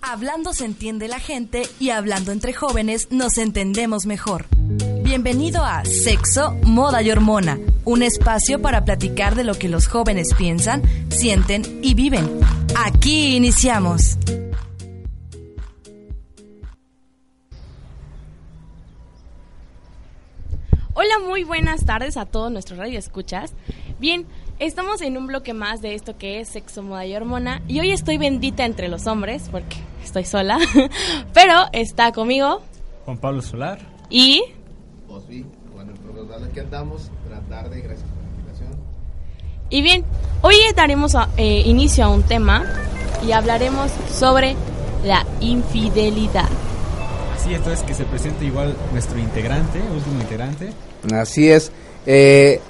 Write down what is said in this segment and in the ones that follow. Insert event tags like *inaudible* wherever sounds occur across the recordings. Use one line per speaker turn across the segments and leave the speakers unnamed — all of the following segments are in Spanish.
Hablando se entiende la gente y hablando entre jóvenes nos entendemos mejor. Bienvenido a Sexo, Moda y Hormona, un espacio para platicar de lo que los jóvenes piensan, sienten y viven. Aquí iniciamos.
Hola, muy buenas tardes a todos nuestros radioescuchas. Bien, estamos en un bloque más de esto que es sexo, moda y hormona. Y hoy estoy bendita entre los hombres porque estoy sola. *laughs* Pero está conmigo
Juan Pablo Solar.
y
Osby, bueno, Pues el programa que andamos, buenas tardes, gracias por la invitación.
Y bien, hoy daremos a- eh, inicio a un tema y hablaremos sobre la infidelidad.
Así entonces que se presente igual nuestro integrante, último integrante.
Así es. eh,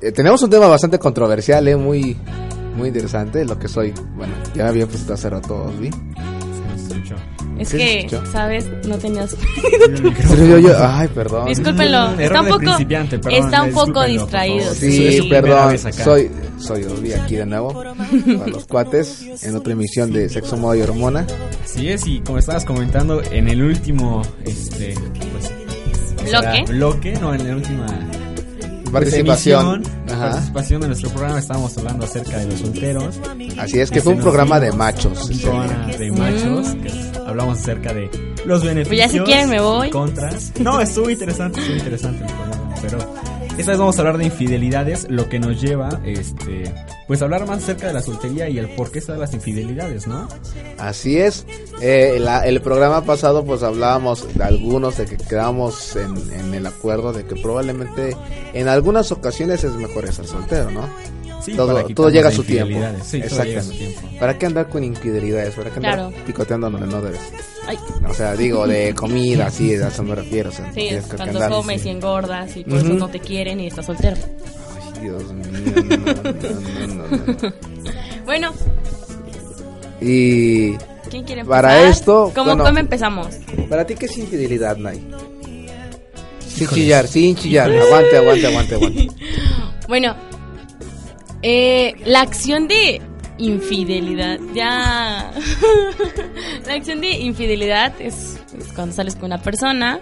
eh, tenemos un tema bastante controversial, eh, muy, muy interesante, lo que soy. Bueno, ya me había puesto hace rato, Osby.
Es
Sí,
que,
escuchó.
¿sabes? No
*laughs*
tenías...
Pero yo, yo, ay, perdón.
Discúlpenlo,
Error
está un
de
poco,
principiante, perdón,
está un poco
discúlpenlo, por favor.
distraído.
Sí,
Soy su primera
perdón,
vez acá.
soy, soy Osby aquí de nuevo, para los cuates, en otra emisión de Sexo, Moda y Hormona.
Así es, y como estabas comentando en el último, este, pues, ¿qué será?
Bloque.
Bloque, no, en la última
Participación.
emisión,
Ajá.
participación de nuestro programa estábamos hablando acerca de los solteros,
Así es que fue un
Nos
programa de
dimos
machos.
un programa de machos, que hablamos acerca de los beneficios,
Pues ya si quieren me voy.
y contras. No, estuvo interesante, estuvo interesante el programa, pero esta vez vamos a hablar de infidelidades, lo que nos lleva, este, pues a hablar más acerca de la soltería y el porqué está de las infidelidades, ¿no?
Así es. Eh, la- el programa pasado pues hablábamos de algunos de que quedamos en, en el acuerdo de que probablemente en algunas ocasiones es mejor estar soltero, ¿no?
Sí,
Todo-
para
todo
quitarnos
llega a
de
su tiempo.
infidelidades. Sí, todo llega a su tiempo.
¿Para qué andar con infidelidades? ¿Para qué andar
Claro.
picoteando donde no debes?
Ay,
O sea, digo, de comida, sí, a eso me refiero. o sea,
sí,
tienes
es
que
cuando
andar-
comes y engordas y por eso
Ujú.
no te quieren y estás soltero.
Ay, Dios mío. no, no, no, no, no.
Bueno,
Y
¿quién quiere empezar?
Para esto,
¿Cómo,
bueno.
cómo empezamos?
para ti, ¿qué es infidelidad, Nay? Sin chillar, sin chillar. Aguante, aguante, aguante, aguante.
Bueno, eh, la acción de infidelidad, ya. *laughs* la acción de infidelidad es, es cuando sales con una persona.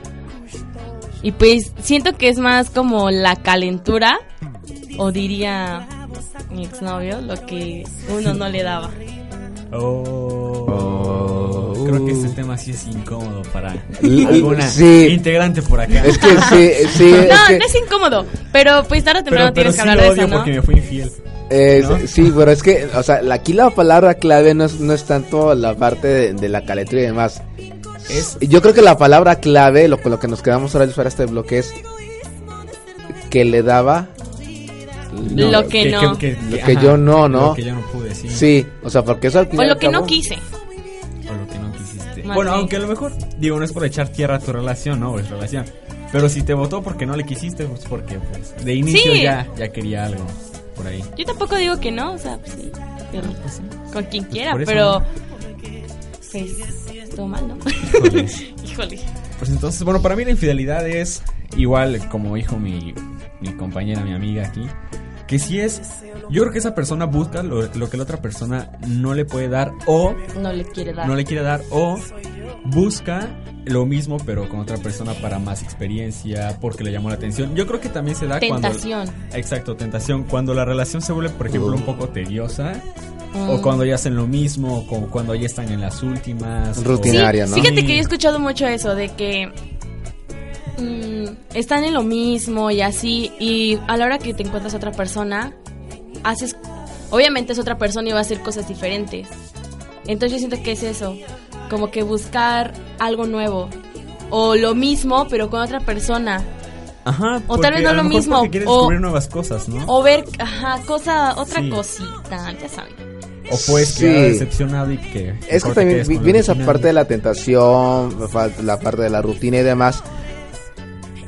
Y pues siento que es más como la calentura, o diría mi exnovio, lo que uno no le daba.
Oh,
Oh.
creo que este tema sí es incómodo para
L-
alguna
sí.
integrante por acá.
Es que sí, sí,
No,
es
no
que,
es incómodo, pero pues tarde o temprano
pero
tienes
pero sí
que hablar
lo
de
odio
eso, ¿no?
porque me fui infiel.
eh,
¿no?
sí, pero es que, o sea, la- aquí la palabra clave no es, no es tanto la parte de, de la calentura y demás.
Es-
Yo creo que la palabra clave, lo, con lo que nos quedamos ahora para este bloque es que le daba.
Lo que no.
Lo que yo no, ¿no?
Lo que yo no pude, sí.
Sí, o sea, porque eso al
O
final
lo que no
acabó-
quise.
O lo que no quisiste.
Más
bueno,
bien.
aunque a lo mejor, digo, no es por echar tierra a tu relación, ¿no? Es relación. Pero si te votó porque no le quisiste, pues porque pues, de inicio
Sí.
ya, ya quería algo por ahí.
Yo tampoco digo que no, o sea, pues sí. pero-
Pues sí.
Con quien
Pues
quiera,
por eso,
pero.
¿no?
Pues, estuvo mal, *laughs* ¿no?
Híjoles.
Híjole.
Pues entonces, bueno, para mí la infidelidad es igual, como dijo mi, mi compañera, mi amiga aquí, que si es, yo creo que esa persona busca lo, lo que la otra persona no le puede dar o
No le quiere dar.
no le quiere dar o busca lo mismo pero con otra persona para más experiencia, porque le llamó la atención. Yo creo que también se da cuando...
Tentación.
Exacto, tentación. Cuando la relación se vuelve, por ejemplo,
Mm.
un poco tediosa, o
Mm.
cuando ya hacen lo mismo, o como cuando ya están en las últimas. o-
Sí,
Rutinaria. Binaria, ¿no?
Fíjate que yo he escuchado mucho eso, de que. mm, están en lo mismo y así. Y a la hora que te encuentras a otra persona, haces. Obviamente es otra persona y va a hacer cosas diferentes. Entonces yo siento que es eso. Como que buscar algo nuevo. O lo mismo, pero con otra persona.
Ajá.
O tal
porque
vez no
a
lo
mejor
mismo,
porque quieres
o-
descubrir nuevas cosas, ¿no? O,
O ver, ajá, cosa, otra
Sí.
cosita, ya saben.
puedes
Sí.
quedar decepcionado y que.
Es que
mejor te
también
quedes
vi-
con lo
viene esa
original.
parte de la tentación, fal- la parte de la rutina y demás.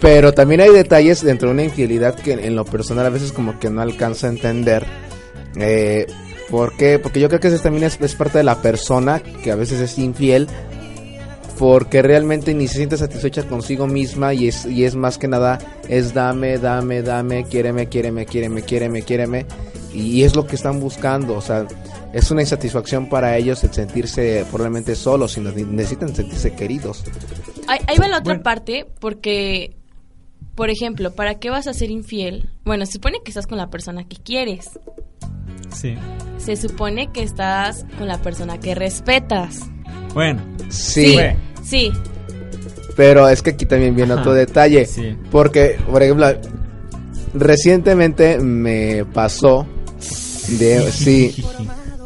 Pero también hay detalles dentro de una infidelidad que en- en lo personal a veces como que no alcanza a entender. Eh, ¿Por qué? Porque yo creo que eso también es, es parte de la persona que a veces es infiel porque realmente ni se siente satisfecha consigo misma y es, y es más que nada es dame, dame, dame, quiéreme, quiéreme, quiéreme, quiéreme, quiéreme y es lo que están buscando, o sea, es una insatisfacción para ellos el sentirse probablemente solos, sino ne- necesitan sentirse queridos.
Ahí, ahí va la otra
Bueno.
parte, porque, por ejemplo, ¿para qué vas a ser infiel? Bueno, se supone que estás con la persona que quieres.
Sí.
Se supone que estás con la persona que respetas.
Bueno,
Sí,
güey.
Sí,
pero es que aquí también viene otro
Ajá.
detalle.
sí.
Porque, por ejemplo, recientemente me pasó de,
*laughs*
sí,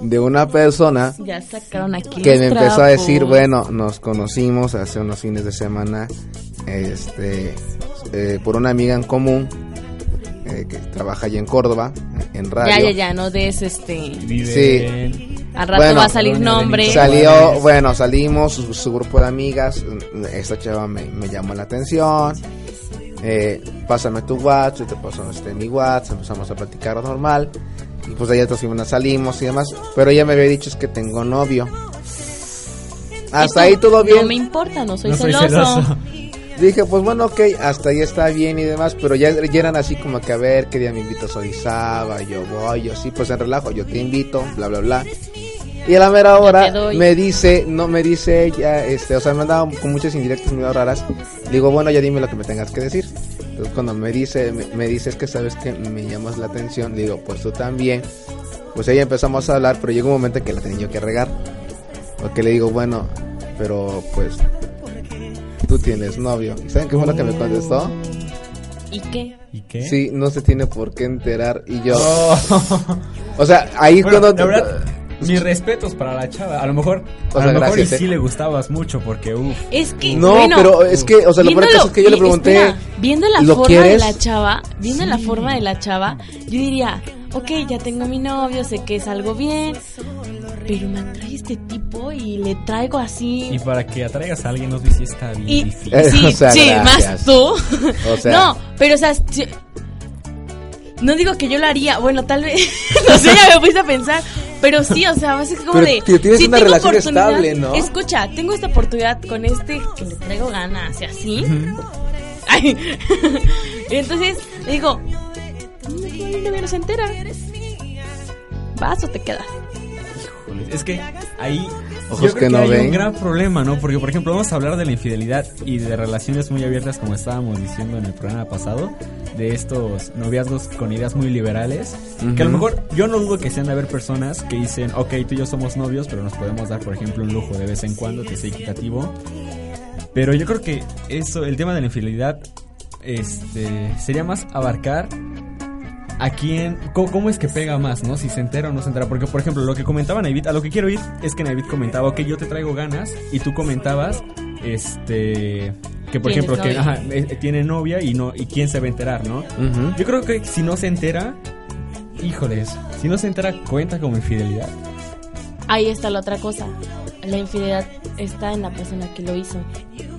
de una persona
ya sacaron aquí.
que
los
me empezó a decir,
trapos.
bueno, nos conocimos hace unos fines de semana, este, eh, por una amiga en común eh, que trabaja allí en Córdoba, en radio.
Ya, ya, ya, no des este.
Vive
Sí.
en-
Al rato
Bueno,
va a salir
Colonia
nombre.
Benito.
Salió,
Iguales.
bueno, salimos, su, su grupo de amigas, esta chava me, me llamó la atención, eh, pásame tu WhatsApp, yo te paso este, mi WhatsApp, empezamos a platicar normal, y pues de ahí otra semana salimos y demás, pero ella me había dicho es que tengo novio. Hasta
Y
ahí
tú,
todo bien.
No me importa, no soy
No soy
celoso.
celoso.
Dije, pues bueno, ok, hasta ahí está bien y demás, pero ya, ya eran así como que a ver, qué día me invitas a Orizaba, yo voy, yo sí, pues en relajo, yo te invito, bla, bla, bla. Y a la mera
te
hora
doy.
me dice, no me dice ella, este, o sea, me han dado con muchas indirectas muy raras. Digo, bueno, ya dime lo que me tengas que decir. Entonces cuando me dice, me, me dice es que sabes que me llamas la atención, digo, pues tú también. Pues ahí empezamos a hablar, pero llegó un momento en que la tenía yo que regar. Porque le digo, bueno, pero pues tú tienes novio. ¿Y saben qué fue lo que me contestó?
¿Y qué?
¿Y qué?
Sí, no se tiene por qué enterar. Y yo, *laughs*
Oh.
o sea, ahí
Bueno, la
cuando...
verdad, mis respetos para la chava. A lo mejor,
O
a
sea,
lo mejor
gracias,
y
eh.
sí le gustabas mucho porque, uff.
Es que.
No,
bueno,
pero es que, o sea, lo peor del
viéndolo-
caso es que yo le
y-
pregunté,
espera, viendo la
¿lo
forma de
quieres?
la chava, viendo la
Sí.
forma de la chava, yo diría, ok, ya tengo a mi novio, sé que es algo bien, pero me atrae este tipo y le traigo
Y
así.
para que atraigas a alguien, no sé si está bien
Y,
difícil.
Eh,
sí,
*laughs* o sea,
sí,
gracias.
más tú. *laughs*
O sea-
no, pero o sea, si- no digo que yo lo haría, bueno, tal vez, *laughs* no sé, ya me puse a pensar, pero sí, o sea, es como
Pero
de...
que tienes
si
una
tengo
relación
oportunidad-
estable, ¿no?
Escucha, tengo esta oportunidad con este que le traigo ganas y así.
Ujú.
Ay. *laughs* Entonces, le digo, mi novia no se entera. ¿Vas o te quedas?
Híjole, Es que ahí
Ojos
yo creo
que
que
no
hay
ven.
un gran problema, ¿no? Porque, por ejemplo, vamos a hablar de la infidelidad y de relaciones muy abiertas, como estábamos diciendo en el programa pasado, de estos noviazgos con ideas muy liberales. Que a lo
Ujú.
mejor yo no dudo que sean de haber personas que dicen, ok, tú y yo somos novios, pero nos podemos dar, por ejemplo, un lujo de vez en cuando que sea equitativo. Pero yo creo que eso, el tema de la infidelidad, este, sería más abarcar a quién, co- cómo, es que pega más, ¿no? Si se entera o no se entera. Porque, por ejemplo, lo que comentaba Naivit, a lo que quiero ir es que Naivit comentaba, ok, yo te traigo ganas, y tú comentabas, este, que por
¿Tienes
ejemplo, que
novia?
ajá, eh, tiene novia y no, y quién se va a enterar, ¿no?
Ujú.
Yo creo que si no se entera, híjoles, si no se entera, cuenta como infidelidad.
Ahí está la otra cosa. La infidelidad está en la persona que lo hizo.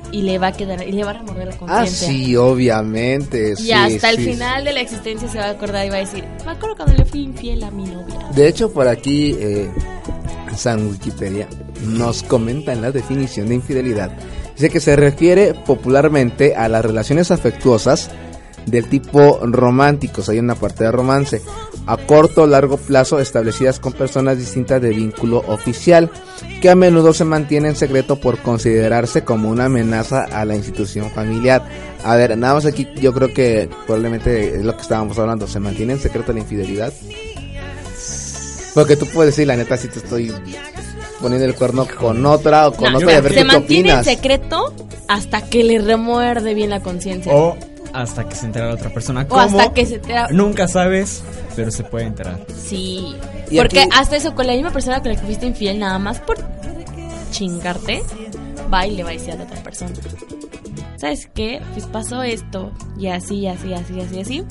Y le va a quedar, y le va a remover la conciencia.
Ah, sí, obviamente.
Y
sí,
hasta el
sí,
final de la existencia se va a acordar y va a decir, me acuerdo cuando le fui infiel a mi novia.
sí. De hecho, por aquí, eh, San Wikipedia nos comenta en la definición de infidelidad. Dice que se refiere popularmente a las relaciones afectuosas del tipo románticos, hay una parte de romance, a corto o largo plazo establecidas con personas distintas de vínculo oficial, que a menudo se mantiene en secreto por considerarse como una amenaza a la institución familiar. A ver, nada más aquí yo creo que probablemente es lo que estábamos hablando, se mantiene en secreto la infidelidad. Porque tú puedes decir, la neta, si te estoy poniendo el cuerno con otra o con
No,
otra y a ver
se
tú qué
mantiene
opinas.
en secreto hasta que le remuerde bien la conciencia. O,
O hasta que se entera la otra persona.
hasta
Oh, ¿Cómo?
que se te da-
Nunca sabes, pero se puede enterar.
Sí.
Y
Porque
aquí-
hasta eso, con la misma persona con la que fuiste infiel, nada más por chingarte, va y le va a decir a la otra persona. ¿Sabes qué? Pues pasó esto, y así, y así, y así, y así, y así.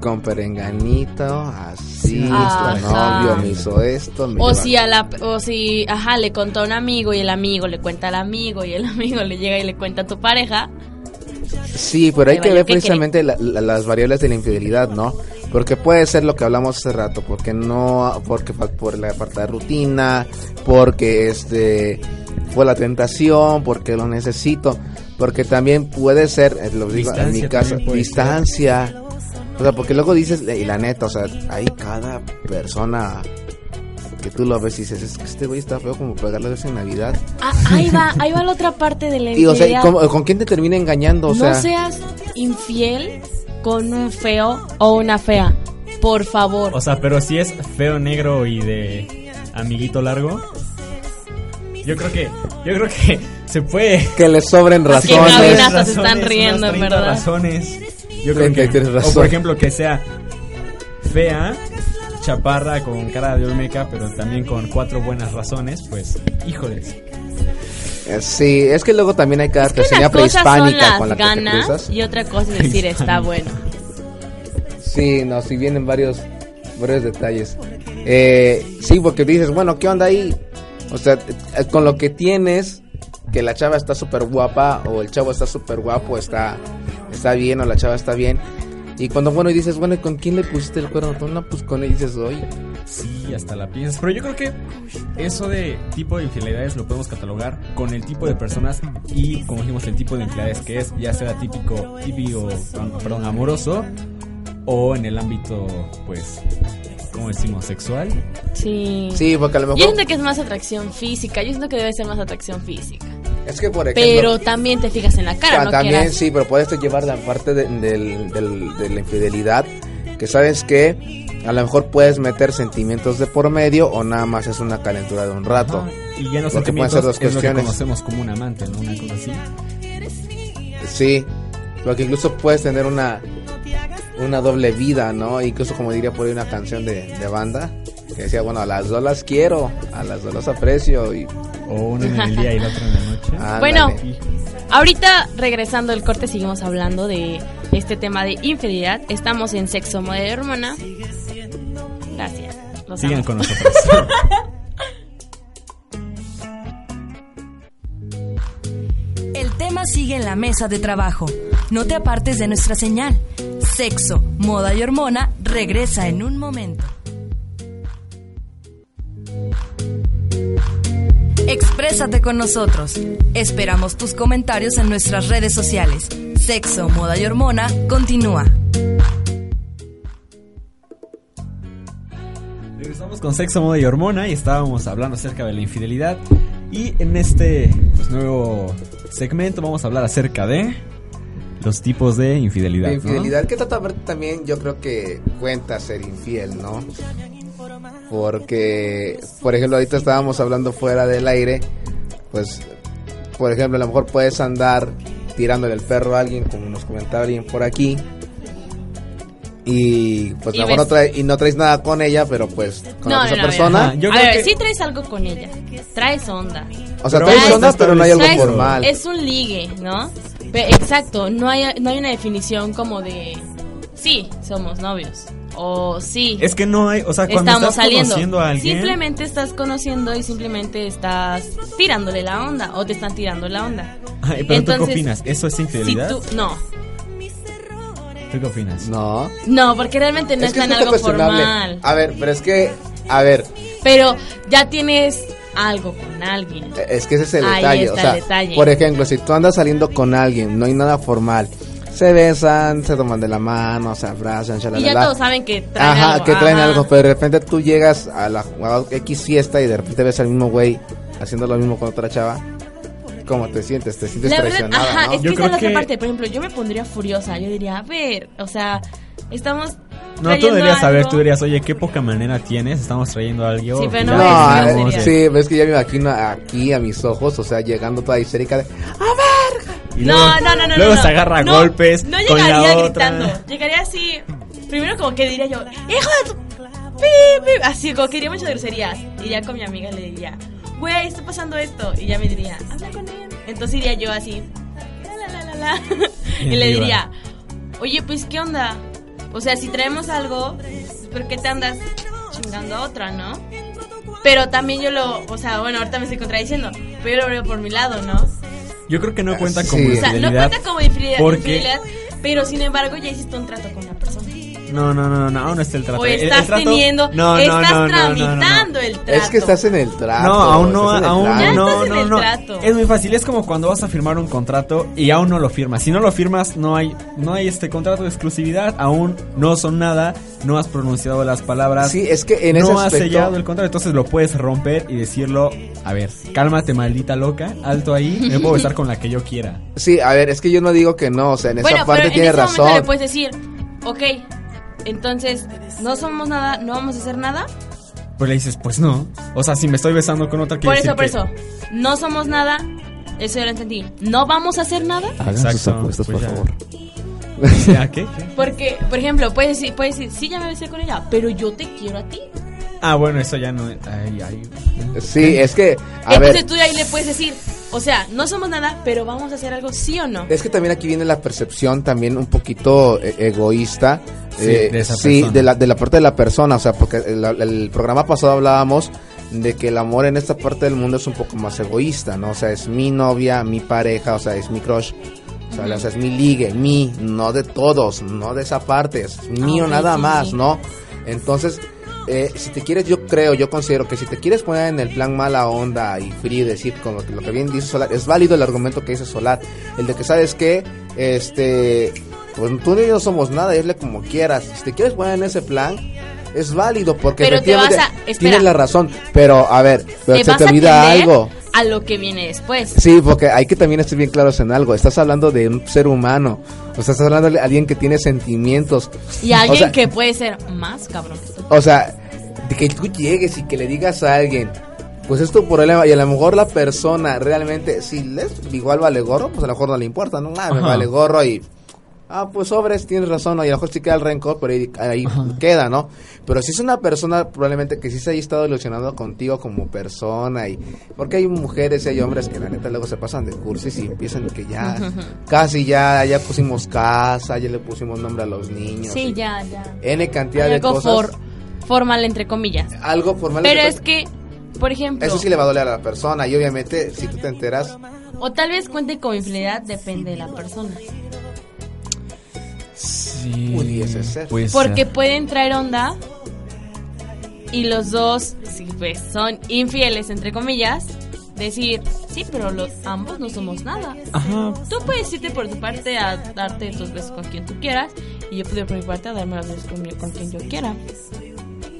con perenganito, así,
Sí,
tu
ajá.
novio me hizo esto. me
O
lleva-
si a la, o si, ajá, le contó a un amigo y el amigo le cuenta al amigo y el *laughs* amigo le llega y le cuenta a tu pareja.
Sí, pero hay
Te
que
valió
ver
que
precisamente la- la- las variables de la infidelidad, ¿no? Porque puede ser lo que hablamos hace rato, porque no, porque fa- por la falta de rutina, porque este fue la tentación, porque lo necesito, porque también puede ser, eh, lo digo en mi
Distancia
caso,
también puede
distancia. O sea, porque luego dices, y la neta, o sea, hay cada persona que tú lo ves y dices, es que este güey está feo como pagarle veces en Navidad.
Ah, ahí va, ahí va la otra parte de la
*laughs* Y o sea, ¿y
infidelidad.
cómo- ¿con quién te termina engañando? O sea,
no seas infiel con un feo o una fea. Por favor.
O sea, pero si es feo negro y de amiguito largo. Yo creo que, yo creo que *laughs* se puede.
que le sobren
Así que
razones.
Gabriela- Cabinazos están
Razones,
riendo,
unas
en
30
verdad.
razones. Yo creo que,
33
o por
razones.
ejemplo que sea fea, chaparra con cara de olmeca, pero también con cuatro buenas razones, pues, híjoles.
Eh, Sí, es que luego también hay que dar
Una
reseña
cosa son
prehispánica con la
las
que te cruzas.
ganas y otra cosa es decir está bueno.
Sí, no, si vienen varios, varios detalles. Eh, sí, porque dices, bueno, ¿qué onda ahí? O sea, eh, con lo que tienes, que la chava está súper guapa, o el chavo está súper guapo, está, está bien, o la chava está bien. Y cuando, bueno, y dices, bueno, ¿y con quién le pusiste el cuerno? Tú, No, pues con él, y dices, oye,
Sí, hasta la piensas. Pero yo creo que eso de tipo de infidelidades lo podemos catalogar con el tipo de personas y, como dijimos, el tipo de infidelidades que es, ya sea típico, típico, perdón, amoroso o en el ámbito, pues, ¿cómo decimos? Sexual.
Sí.
sí, porque a lo
Yo
mejor...
siento que es más atracción física, yo siento que debe ser más atracción física.
Es que, por ejemplo...
Pero también te fijas en la cara,
Ah,
no
también
quieras.
sí, pero puedes llevar la parte de, del- del- de la infidelidad, que sabes que a lo mejor puedes meter sentimientos de por medio o nada más es una calentura de un rato.
Ajá, Y ya no
Porque pueden ser
sentimientos es
dos
lo que
cuestiones.
conocemos como un amante, ¿no? Una cosa así.
Sí, porque incluso puedes tener una una doble vida, ¿no? Incluso como diría por ahí una canción de, de banda que decía, bueno, a las dos las quiero, a las dos las aprecio y
O uno en el día y el otro en la noche.
ándale.
Bueno,
Hijo.
Ahorita regresando del corte seguimos hablando de este tema de infidelidad. Estamos en sexo moda y hormona. Gracias. los
Sigan
amo.
con nosotros.
El tema sigue en la mesa de trabajo. No te apartes de nuestra señal. Sexo, moda y hormona regresa en un momento. Exprésate con nosotros. Esperamos tus comentarios en nuestras redes sociales. Sexo, moda y hormona continúa.
Regresamos con Sexo, Moda y Hormona y estábamos hablando acerca de la infidelidad. Y en este pues, nuevo segmento vamos a hablar acerca de los tipos de infidelidad.
La
¿no?
infidelidad que trata ver también yo creo que cuenta ser infiel, ¿no? Porque, por ejemplo, ahorita estábamos hablando fuera del aire, pues, por ejemplo, a lo mejor puedes andar tirándole el perro a alguien, como nos comentaba alguien por aquí, y pues a
Y
lo mejor no,
ves-
trae- y no traes nada con ella, pero pues con
No,
la
no,
otra
no,
persona,
mira. Yo
a
creo
ver,
que-
sí traes algo con ella. Traes onda.
o sea,
Pero
traes
ahí
onda,
está
pero no hay algo
Traes-
formal.
Es un ligue, ¿no? Pe- exacto, no hay, no hay una definición como de sí, somos novios. O sí,
Es que no hay, o sea, cuando
estamos
estás
saliendo.
conociendo a alguien,
Simplemente estás conociendo y simplemente estás tirándole la onda o te están tirando la onda.
Ay, pero tú qué
Entonces,
opinas, ¿eso es
Si
infidelidad?
tú, no,
¿Tú qué opinas?
No,
no, porque realmente no
es que
está
es
en
justo
algo
cuestionable.
formal.
Ah.
A ver, pero es que, a ver,
Pero ya tienes algo con alguien.
Es que ese es el
Ahí
detalle.
está
o sea,
el detalle.
por ejemplo, si tú andas saliendo con alguien, no hay nada formal. Se besan, se toman de la mano, se abrazan,
Y
shalalala.
ya todos saben que traen
Ajá,
algo.
que traen
ajá.
algo, pero de repente tú llegas a la a X fiesta y de repente ves al mismo güey haciendo lo mismo con otra chava. ¿Cómo te sientes? Te sientes
La verdad,
traicionada,
ajá,
¿no?
es que esa
Yo
es la
creo
otra
que-
parte. Por ejemplo, yo me pondría furiosa. Yo diría, a ver, o sea, estamos.
No, tú
trayendo
deberías saber,
algo.
tú dirías, oye, qué poca manera tienes, estamos trayendo algo.
Sí, pero
y
no me
ya, pues,
No,
es
vamos,
una
eh,
grosería.
eh,
sí, ves que ya me imagino aquí a mis ojos, o sea, llegando toda histérica de...
y
No,
luego-
no, no, no.
Luego
no,
se agarra a
no,
golpes.
No
con la
llegaría
otra.
gritando. Llegaría así. Primero, como que diría yo, ¡Hijo de tu. pi, pi", Así, como que diría muchas groserías. Y ya con mi amiga le diría, Güey, está pasando esto. Y ya me diría, Habla con él. Entonces iría yo así, "La, la, la, la, la". Y
Bien
le
viva.
diría, Oye, pues, ¿qué onda? O sea, si traemos algo, ¿por qué te andas chingando a otra, no? Pero también yo lo, o sea, bueno, ahorita me estoy contradiciendo, pero yo lo veo por mi lado, ¿no?
Yo creo que no cuenta
Sí.
como
O
O sea,
infidelidad.
no cuenta como infidelidad,
porque-
infidelidad, pero sin embargo ya hiciste un trato con la persona.
No, no, no, no, no, no está el trato.
O
El- el
estás
trato-
teniendo,
No, no,
estás
no, no, no, no, no.
tramitando el trato.
Es que estás en el trato.
No, aún no,
estás en el
aún
trato.
Ya
no,
estás en
no,
el
no.
trato.
Es muy fácil, es como cuando vas a firmar un contrato y aún no lo firmas. Si no lo firmas, no hay, no hay este contrato de exclusividad, aún no son nada, no has pronunciado las palabras,
Sí, es que en ese
no has
aspecto.
sellado el contrato, entonces lo puedes romper y decirlo, a ver, cálmate maldita loca, alto ahí, me puedo besar con la que yo quiera.
Sí, a ver, es que yo no digo que no, o sea, en esa
bueno,
parte
pero
tiene
en ese
razón.
momento le puedes decir, ok, entonces no somos nada, no vamos a hacer nada.
Pues le dices, pues no. O sea, si me estoy besando con otra
Por
quiere
eso, por
decir
eso, no somos nada. Eso ya lo entendí. No vamos a hacer nada.
Hagan sus
Exacto,
apuestas,
pues
por
ya.
favor.
que- *laughs* ¿Ya qué?
Porque, por ejemplo, puedes decir, puedes decir, sí, ya me besé con ella, pero yo te quiero a ti.
Ah, bueno, eso ya no. Ay, ay.
Sí, es que, a
Eh, pues, Entonces
ver,
tú de ahí le puedes decir, o sea, no somos nada, pero vamos a hacer algo sí o no.
es que también aquí viene la percepción también un poquito eh, egoísta.
Sí,
eh,
de esa
sí,
persona.
de la, de la parte de la persona, o sea, porque el, el programa pasado hablábamos de que el amor en esta parte del mundo es un poco más egoísta, ¿no? O sea, es mi novia, mi pareja, o sea, es mi crush, o sea, o sea, es mi ligue, mi, no de todos, no de esa parte, es mío
ok,
nada
sí,
más,
sí.
¿no? Entonces, eh, si te quieres, yo creo, yo considero que si te quieres poner en el plan mala onda y frío, y decir como que lo que bien dice Solar, es válido el argumento que dice Solar, el de que sabes que, este, pues tú ni yo somos nada, es como quieras, si te quieres poner en ese plan, es válido porque
Pero te vas a-
efectivamente
espera.
tienes la razón, pero a ver, pero se
vas
te
a
olvida
atender
algo.
A lo que viene después.
Sí, porque hay que también estar bien claros en algo. Estás hablando de un ser humano. O sea, estás hablando de alguien que tiene sentimientos.
Y alguien
O sea,
que puede ser más cabrón que tú.
O sea, de que tú llegues y que le digas a alguien, pues es tu problema. Y a lo mejor la persona realmente, si les igual vale gorro, pues a lo mejor no le importa, ¿no? Ah, me
Ajá.
vale gorro y. Ah, pues sobres, tienes razón, ¿no? y a lo mejor sí queda el rencor, pero ahí, ahí
Ajá.
queda, ¿no? Pero si es una persona probablemente que sí se haya estado ilusionando contigo como persona, y porque hay mujeres y hay hombres que la neta luego se pasan de cursis y empiezan que ya, casi ya, ya pusimos casa, ya le pusimos nombre a los niños,
Sí,
y
ya, ya.
N cantidad de
Algo
cosas
for- formal, entre comillas.
algo formal.
Pero
que-
es que, por ejemplo,
Eso sí le va a doler a la persona y obviamente si tú te enteras...
o tal vez cuente con infidelidad, depende de la persona.
Sí.
Pudiese ser.
Puede
Porque
ser.
pueden traer onda y los dos, si pues son infieles, entre comillas, decir, sí, pero los, ambos no somos nada.
Ajá.
Tú puedes irte por tu parte a darte tus besos con quien tú quieras y yo puedo ir por mi parte a darme los besos con, con quien yo quiera.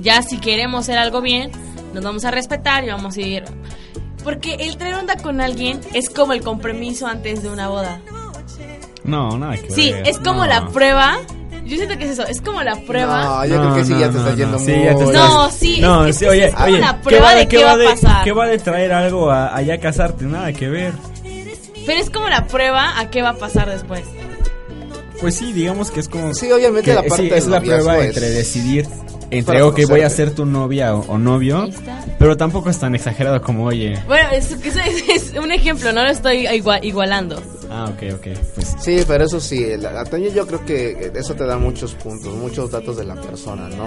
Ya si queremos hacer algo bien, nos vamos a respetar y vamos a ir... Porque el traer onda con alguien es como el compromiso antes de una boda.
No, nada que
Sí,
ver,
es como
no.
la prueba. Yo siento que es eso, es como la prueba.
No, yo creo que sí,
No,
ya
no,
te está
no,
yendo
sí,
muy...
ya te
estás- No, sí, es
No,
que
sí,
sí,
oye,
es como
oye,
la prueba de qué va a
de-
pasar.
¿Qué va de traer algo a, allá a casarte? Nada que ver.
Pero es como la prueba a qué va a pasar después.
Pues sí, digamos que es como.
Sí, obviamente
que-
la parte
sí,
del
es la
noviazgo
prueba
es-
entre decidir entre,
para
ok, voy a
conocerte.
ser tu novia o, o novio.
Ahí está.
Pero tampoco es tan exagerado como, oye.
Bueno, es, es- es un ejemplo, no lo estoy igua- igualando.
Ah, ok, ok. Pues
Sí, pero eso sí, la, la Toño, yo creo que eso te da muchos puntos, muchos datos de la persona, ¿no?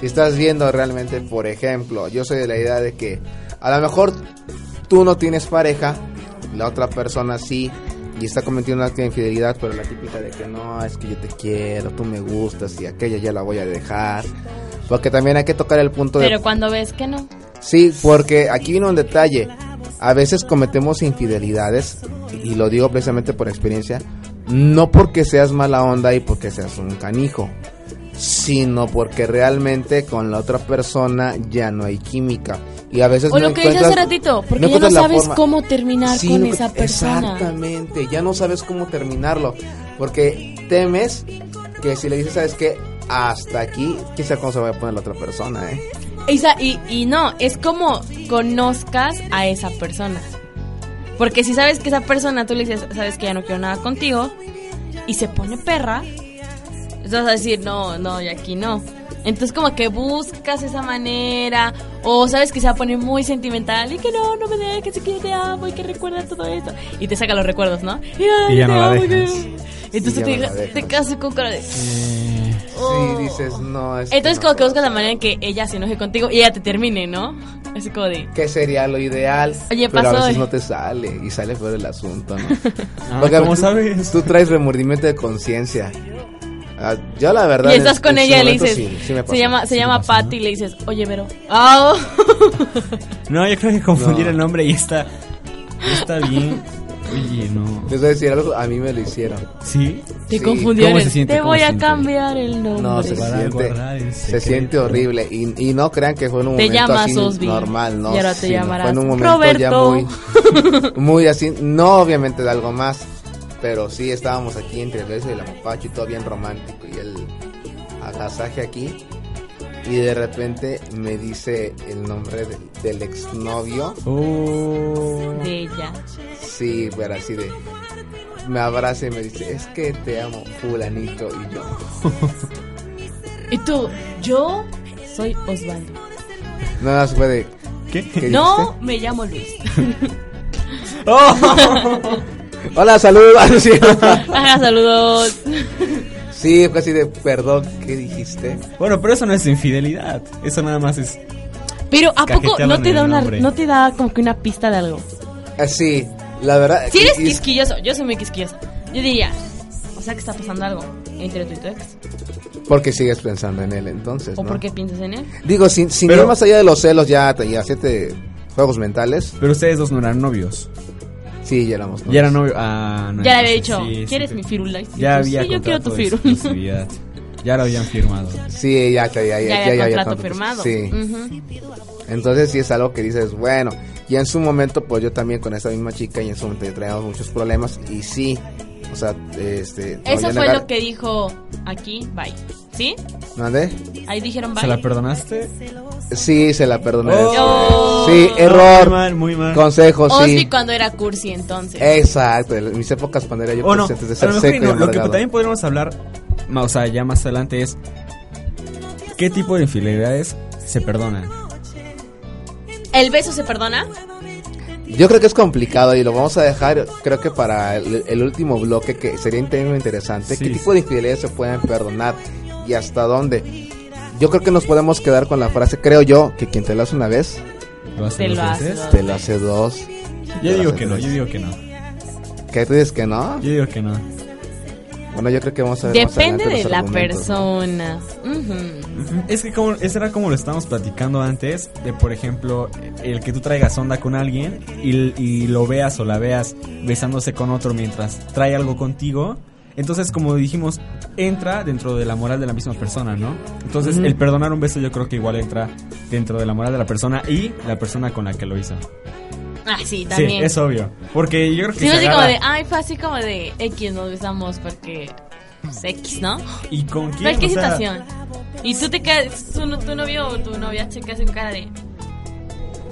Si estás viendo realmente, por ejemplo, yo soy de la idea de que a lo mejor tú no tienes pareja, la otra persona sí, y está cometiendo un acto de infidelidad, pero la típica de que no, es que yo te quiero, tú me gustas y aquella ya la voy a dejar. Porque también hay que tocar el punto de
Pero cuando ves que no.
Sí, porque aquí vino un detalle. A veces cometemos infidelidades, y lo digo precisamente por experiencia, no porque seas mala onda y porque seas un canijo, sino porque realmente con la otra persona ya no hay química. Y a veces
O
no
lo que dije hace
encuentras-
ratito, porque ya no
encuentras la
sabes
forma.
cómo terminar
Sí,
con
no-
esa persona.
Exactamente, ya no sabes cómo terminarlo, porque temes que si le dices, ¿sabes qué? Hasta aquí, quién sabe cómo se va a poner la otra persona, ¿eh?
Isa, y, y no, es como conozcas a esa persona. Porque si sabes que esa persona, tú le dices, sabes que ya no quiero nada contigo, y se pone perra, entonces vas a decir, no, no, y aquí no. Entonces como que buscas esa manera, o sabes que se va a poner muy sentimental, y que no, no me dejes, y que yo te amo, y que recuerda todo esto. Y te saca los recuerdos, ¿no? Y, ay,
Y ya
te
no la
amo, y que-
dejas.
Entonces
Y ya
te,
no la
te
dejas.
casas con cara de...
eh,
"Oh".
Sí, dices, no, es
Entonces
no
como que
puedo".
buscas la manera en que ella se enoje contigo y ella te termine, ¿no? Así como de...
que sería lo ideal.
Oye,
pero a
pasó,
veces
eh.
no te sale y
*laughs*
sale peor el asunto, ¿no?
ah,
Porque a
¿Cómo
veces
sabes?
Tú traes remordimiento de conciencia. Ah, yo la verdad.
Y estás
en-
con
en su
ella y le
momento
dices,
sí- sí me pasó.
se llama, se
Sí
llama
me pasó,
Patty
¿no?
y le dices, oye, Vero. Ah,
No, yo creo que confundir
No.
el nombre y está. Está bien. Oye, no.
Les voy a decir algo, a mí me lo hicieron.
¿Sí?
te
Sí.
confundieron.
¿Cómo se siente?
Te
¿Cómo
voy
se
a
siente?
cambiar el nombre.
No, se
Guardar-
siente,
guardar el
se
secreto.
siente horrible. Y, y no crean que fue en un
Te
momento
llamas
así
Osby.
normal, ¿no?
Y ahora te
Sí, no,
llamarás
Fue en un momento ya
*laughs*
muy, muy así. No, obviamente, de algo más. Pero sí, estábamos aquí entre el beso y la mapacho y todo bien romántico. Y el agasaje aquí. Y de repente me dice el nombre de- del exnovio.
Oh.
De ella.
Sí, pero así de. Me abraza y me dice: Es que te amo, Fulanito. Y yo.
Y tú, yo soy Osvaldo.
Nada más fue de.
¿Qué?
¿qué
No,
dijiste?
me llamo Luis. *laughs*
Oh.
Hola, saludos. *laughs*
Haga saludos.
Sí, fue así de, perdón, ¿qué dijiste?
Bueno, pero eso no es infidelidad. Eso nada más es.
Pero ¿a poco
Cajeteaban
no te
el
da una
nombre.
no te da como que una pista de algo?
Así, Ah, la verdad.
Si eres
y- y-
quisquilloso, yo soy muy quisquilloso. Yo diría, o sea que está pasando algo entre tú y tu ex
Porque sigues pensando en él entonces.
o
Pues ¿no?
porque piensas en él.
Digo, sin, sin
Pero-
ir más allá de los celos, ya tenía siete juegos mentales.
Pero ustedes dos no eran novios.
Sí, ya éramos.
Ya eran novios. Ah, no.
ya le había
entonces
dicho,
sí, sí,
¿quieres
sí.
mi firula? Y tú,
Ya había.
sí, yo quiero tu
contrato de
firula.
exclusividad. Ya lo habían firmado.
Sí, ya, ya, ya,
*laughs* ya
ya, ya,
había
ya,
contrato
ya, cuando-
firmado. Mm.
Sí.
Ujú.
Entonces sí es algo que dices, bueno, y en su momento pues yo también con esa misma chica y en su momento ya traíamos muchos problemas y sí, o sea, este... no voy
Eso
a
fue
negar-
lo que dijo aquí, bye. ¿Sí?
¿Mande?
Ahí dijeron
¿Se
bye.
la perdonaste?
Sí, se la perdoné.
Oh.
sí,
Muy
error.
mal, muy mal.
Consejos, sí.
Osby cuando era cursi entonces.
Eh.
Exacto, en mis épocas cuando era yo
O no,
pues, antes de
a
ser
lo mejor y
seco y
no, lo que
amargado.
también podríamos hablar, ma- o sea, ya más adelante es qué tipo de infidelidades se perdonan.
¿El beso se perdona?
Yo creo que es complicado y lo vamos a dejar, creo que para el, el último bloque que sería un tema interesante,
Sí,
qué
sí.
tipo de infidelidades se pueden perdonar y hasta dónde. Yo creo que nos podemos quedar con la frase, creo yo, que quien te lo hace una vez,
¿Lo hacen
Te
dos
lo hace,
veces?
lo
te lo hace dos.
Yo
te lo
digo
hace
que no,
tres.
yo digo que no.
¿Qué tú dices que no?
Yo digo que no.
Bueno, yo creo que vamos a ver más
Depende
adelante
de
los
la
argumentos,
persona.
¿no?
Ujú.
Es que como eso era como lo estábamos platicando antes, de por ejemplo, el que tú traigas onda con alguien y, y lo veas o la veas besándose con otro mientras trae algo contigo. Entonces, como dijimos, entra dentro de la moral de la misma persona, ¿no? Entonces, el perdonar un beso yo creo que igual entra dentro de la moral de la persona y la persona con la que lo hizo.
Ah, sí, también.
Sí, es obvio. Porque yo creo que
Si no,
se
así como
agarra-
de, ah, ay, fue así como de X, nos besamos porque pues, X, ¿no?
¿Y con quién?
¿Ves qué
O sea,
situación? Y tú te quedas, tu, no- tu novio o tu novia se queda en cara de,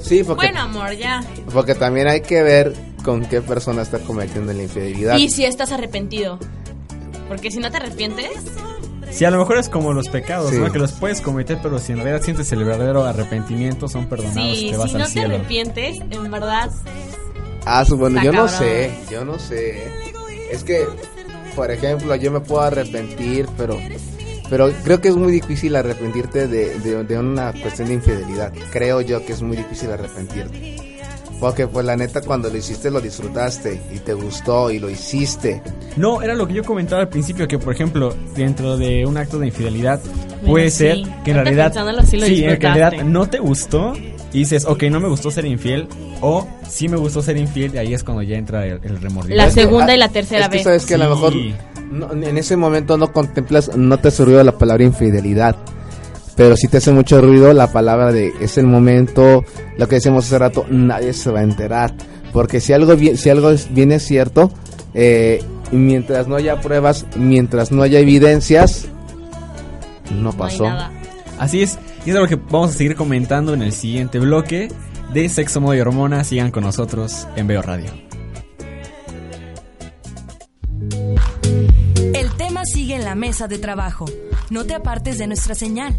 Sí, porque,
bueno, amor, ya.
porque también hay que ver con qué persona está cometiendo la infidelidad.
Y si estás arrepentido. Porque si no te arrepientes,
Si a lo mejor es como los pecados,
Sí.
¿no? Que los puedes cometer, pero si en realidad sientes el verdadero arrepentimiento, son perdonados,
sí,
te vas
si no
al
te
cielo.
arrepientes, en verdad,
Ah, su- bueno,
Está
yo no
cabrón.
sé, yo no sé. Es que, por ejemplo, yo me puedo arrepentir, pero pero creo que es muy difícil arrepentirte de, de- de una cuestión de infidelidad. Creo yo que es muy difícil arrepentirte. Porque pues la neta cuando lo hiciste lo disfrutaste y te gustó y lo hiciste.
No, era lo que yo comentaba al principio, que por ejemplo, dentro de un acto de infidelidad, puede
sí.
ser que en
Ahorita
realidad,
pensándolo, sí lo
sí, en realidad
disfrutaste.
no te gustó y dices, ok, no me gustó ser infiel, o sí me gustó ser infiel, y ahí es cuando ya entra el, el remordimiento.
La
Es que,
segunda
ah,
y la tercera
es que
vez.
sabes que a lo mejor
Sí.
no- en ese momento no contemplas, no te hace ruido la palabra infidelidad. Pero sí te hace mucho ruido la palabra de es el momento, lo que decimos hace rato, nadie se va a enterar. Porque si algo, bien- si algo es- bien es cierto, eh, mientras no haya pruebas, mientras no haya evidencias, no
no hay
pasó.
nada.
Así es, y es lo que vamos a seguir comentando en el siguiente bloque de Sexo, Modo y Hormona. Sigan con nosotros en Veo Radio.
El tema sigue en la mesa de trabajo. No te apartes de nuestra señal.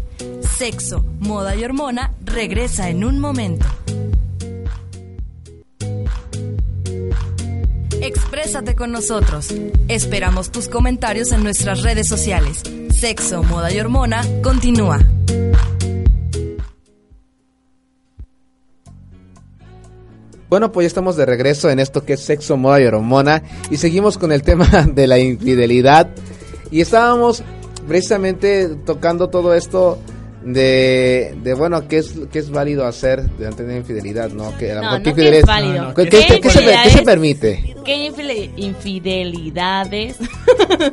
Sexo, moda y hormona regresa en un momento. Exprésate con nosotros. Esperamos tus comentarios en nuestras redes sociales. Sexo, moda y hormona continúa.
Bueno, pues ya estamos de regreso en esto que es sexo, *laughs* moda y hormona. Y seguimos con el tema de la infidelidad. Y estábamos precisamente tocando todo esto de, de bueno, ¿qué es, qué es válido hacer durante una infidelidad? ¿no? Que, a lo
No,
mejor
no,
¿qué
¿qué
infidelidad
es
es?
válido?
No, no,
¿Qué,
¿qué
qué-
es
qué se, per- qué se
infidelidades? *laughs*
permite?
¿Qué infide- infidelidades?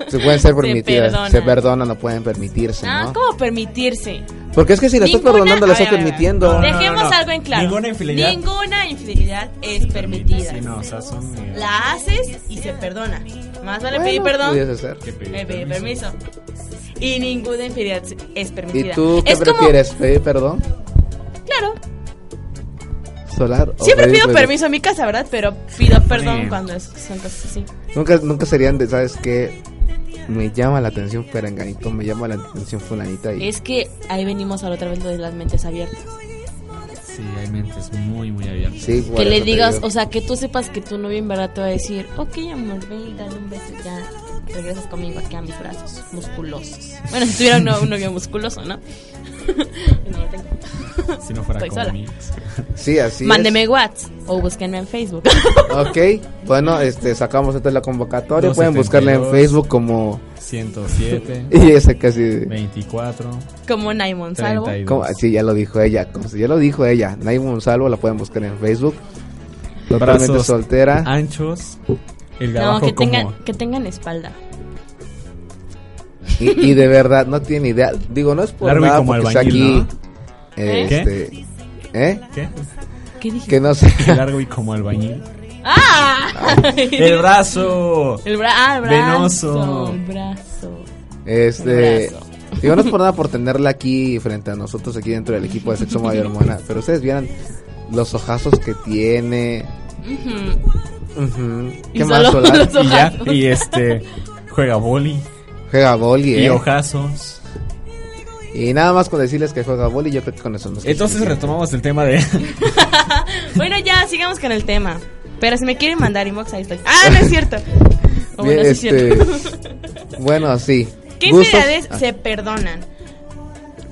Se pueden ser
Se
permitidas, se,
perdonan.
perdonan, no pueden permitirse,
Ah,
¿no?
¿Cómo permitirse?
Porque es que si la estás
Ninguna-
perdonando, la
a ver,
estás
a ver, a ver.
permitiendo.
No, no, no.
Dejemos algo en claro.
Ninguna infidelidad.
Ninguna infidelidad es permitida.
Sí, no, o sea, son. eh,
La haces y se perdona. Más vale
Bueno, pues,
pedir perdón
pudiese ser.
que pedir
Me pedí
permiso.
permiso. Y ninguna infidelidad es permitida.
¿Y tú qué
es como-
prefieres? ¿Pedir perdón?
claro,
¿Solar? o
siempre
pedir
pido permiso en mi casa, ¿verdad? Pero pido perdón
Sí.
cuando es- son cosas así.
Nunca, nunca serían de, ¿sabes qué? Me llama la atención Perenganito, me llama la atención Fulanita. Y...
Es que ahí venimos a la otra vez lo de las mentes abiertas.
Sí, hay mentes muy, muy abiertas.
Sí, por
que le
eso te
digas,
digo.
o sea, que tú sepas que tu novio en verdad te va a decir, ok, amor, ven y dale un beso ya. Regresas conmigo aquí a mis brazos musculosos. *laughs* Bueno, si tuviera un, un novio musculoso, ¿no? *laughs* no lo tengo.
Si no fuera
Estoy
como
sola.
mí.
Sí, así
*laughs*
es.
Mándeme WhatsApp o búsquenme en Facebook. *laughs*
Ok, bueno, este, sacamos entonces la convocatoria.
272.
Pueden buscarla en Facebook como. *laughs*
107,
Y ese casi.
24,
Como Naimon Salvo.
32.
como- Sí, ya lo dijo ella. Como, si ya lo dijo ella. Nay Monsalvo la pueden buscar en Facebook. Totalmente
Brazos
soltera.
Anchos. El de
No,
abajo
que
como.
tengan, que tengan espalda.
Y, y de verdad, no tiene idea. Digo, no es por
Largo y
nada
como
porque está
albañil,
aquí. Este, ¿Eh?
¿Qué?
¿Qué dije?
Que no sé.
Que largo y
*laughs*
como albañil.
¡Ah!
El brazo.
*laughs* El bra- ah, el brazo.
Venoso.
El brazo.
Este.
Un abrazo.
Digo, no es por nada por tenerla aquí frente a nosotros, aquí dentro del equipo de Sexo
*laughs*
Mayor Hormona. Pero ustedes vieran los ojazos que tiene.
Ujú.
Ujú.
Y
¿Qué más,
solo
Solar?
los
Y ya.
ojazos.
Y este. Juega boli.
Juega boli,
Y
¿eh?
ojazos.
Y nada más con decirles que juega boli, yo creo que con eso nos
Entonces retomamos el tema de. *laughs*
Bueno, ya, sigamos con el tema. Pero si me quieren mandar inbox, ahí estoy. ¡Ah, no es cierto! O Ah, bueno,
este,
sí es cierto. *laughs*
*laughs* bueno, sí.
¿Qué
Gustos-
infidelidades
Ah,
se perdonan?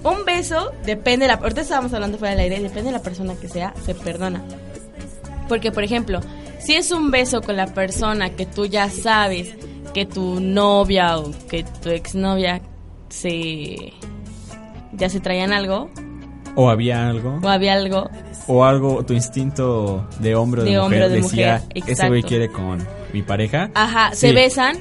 Un beso depende de la. Ahorita estábamos hablando fuera del aire, depende de la persona que sea, se perdona. Porque, por ejemplo, si es un beso con la persona que tú ya sabes que tu novia o que tu exnovia se. ya se traían algo,
O había algo.
o había algo,
O algo, tu instinto de hombre o de,
De
mujer
hombre o de
decía:
mujer,
Ese güey
exacto.
quiere con mi pareja.
ajá,
Sí.
se besan,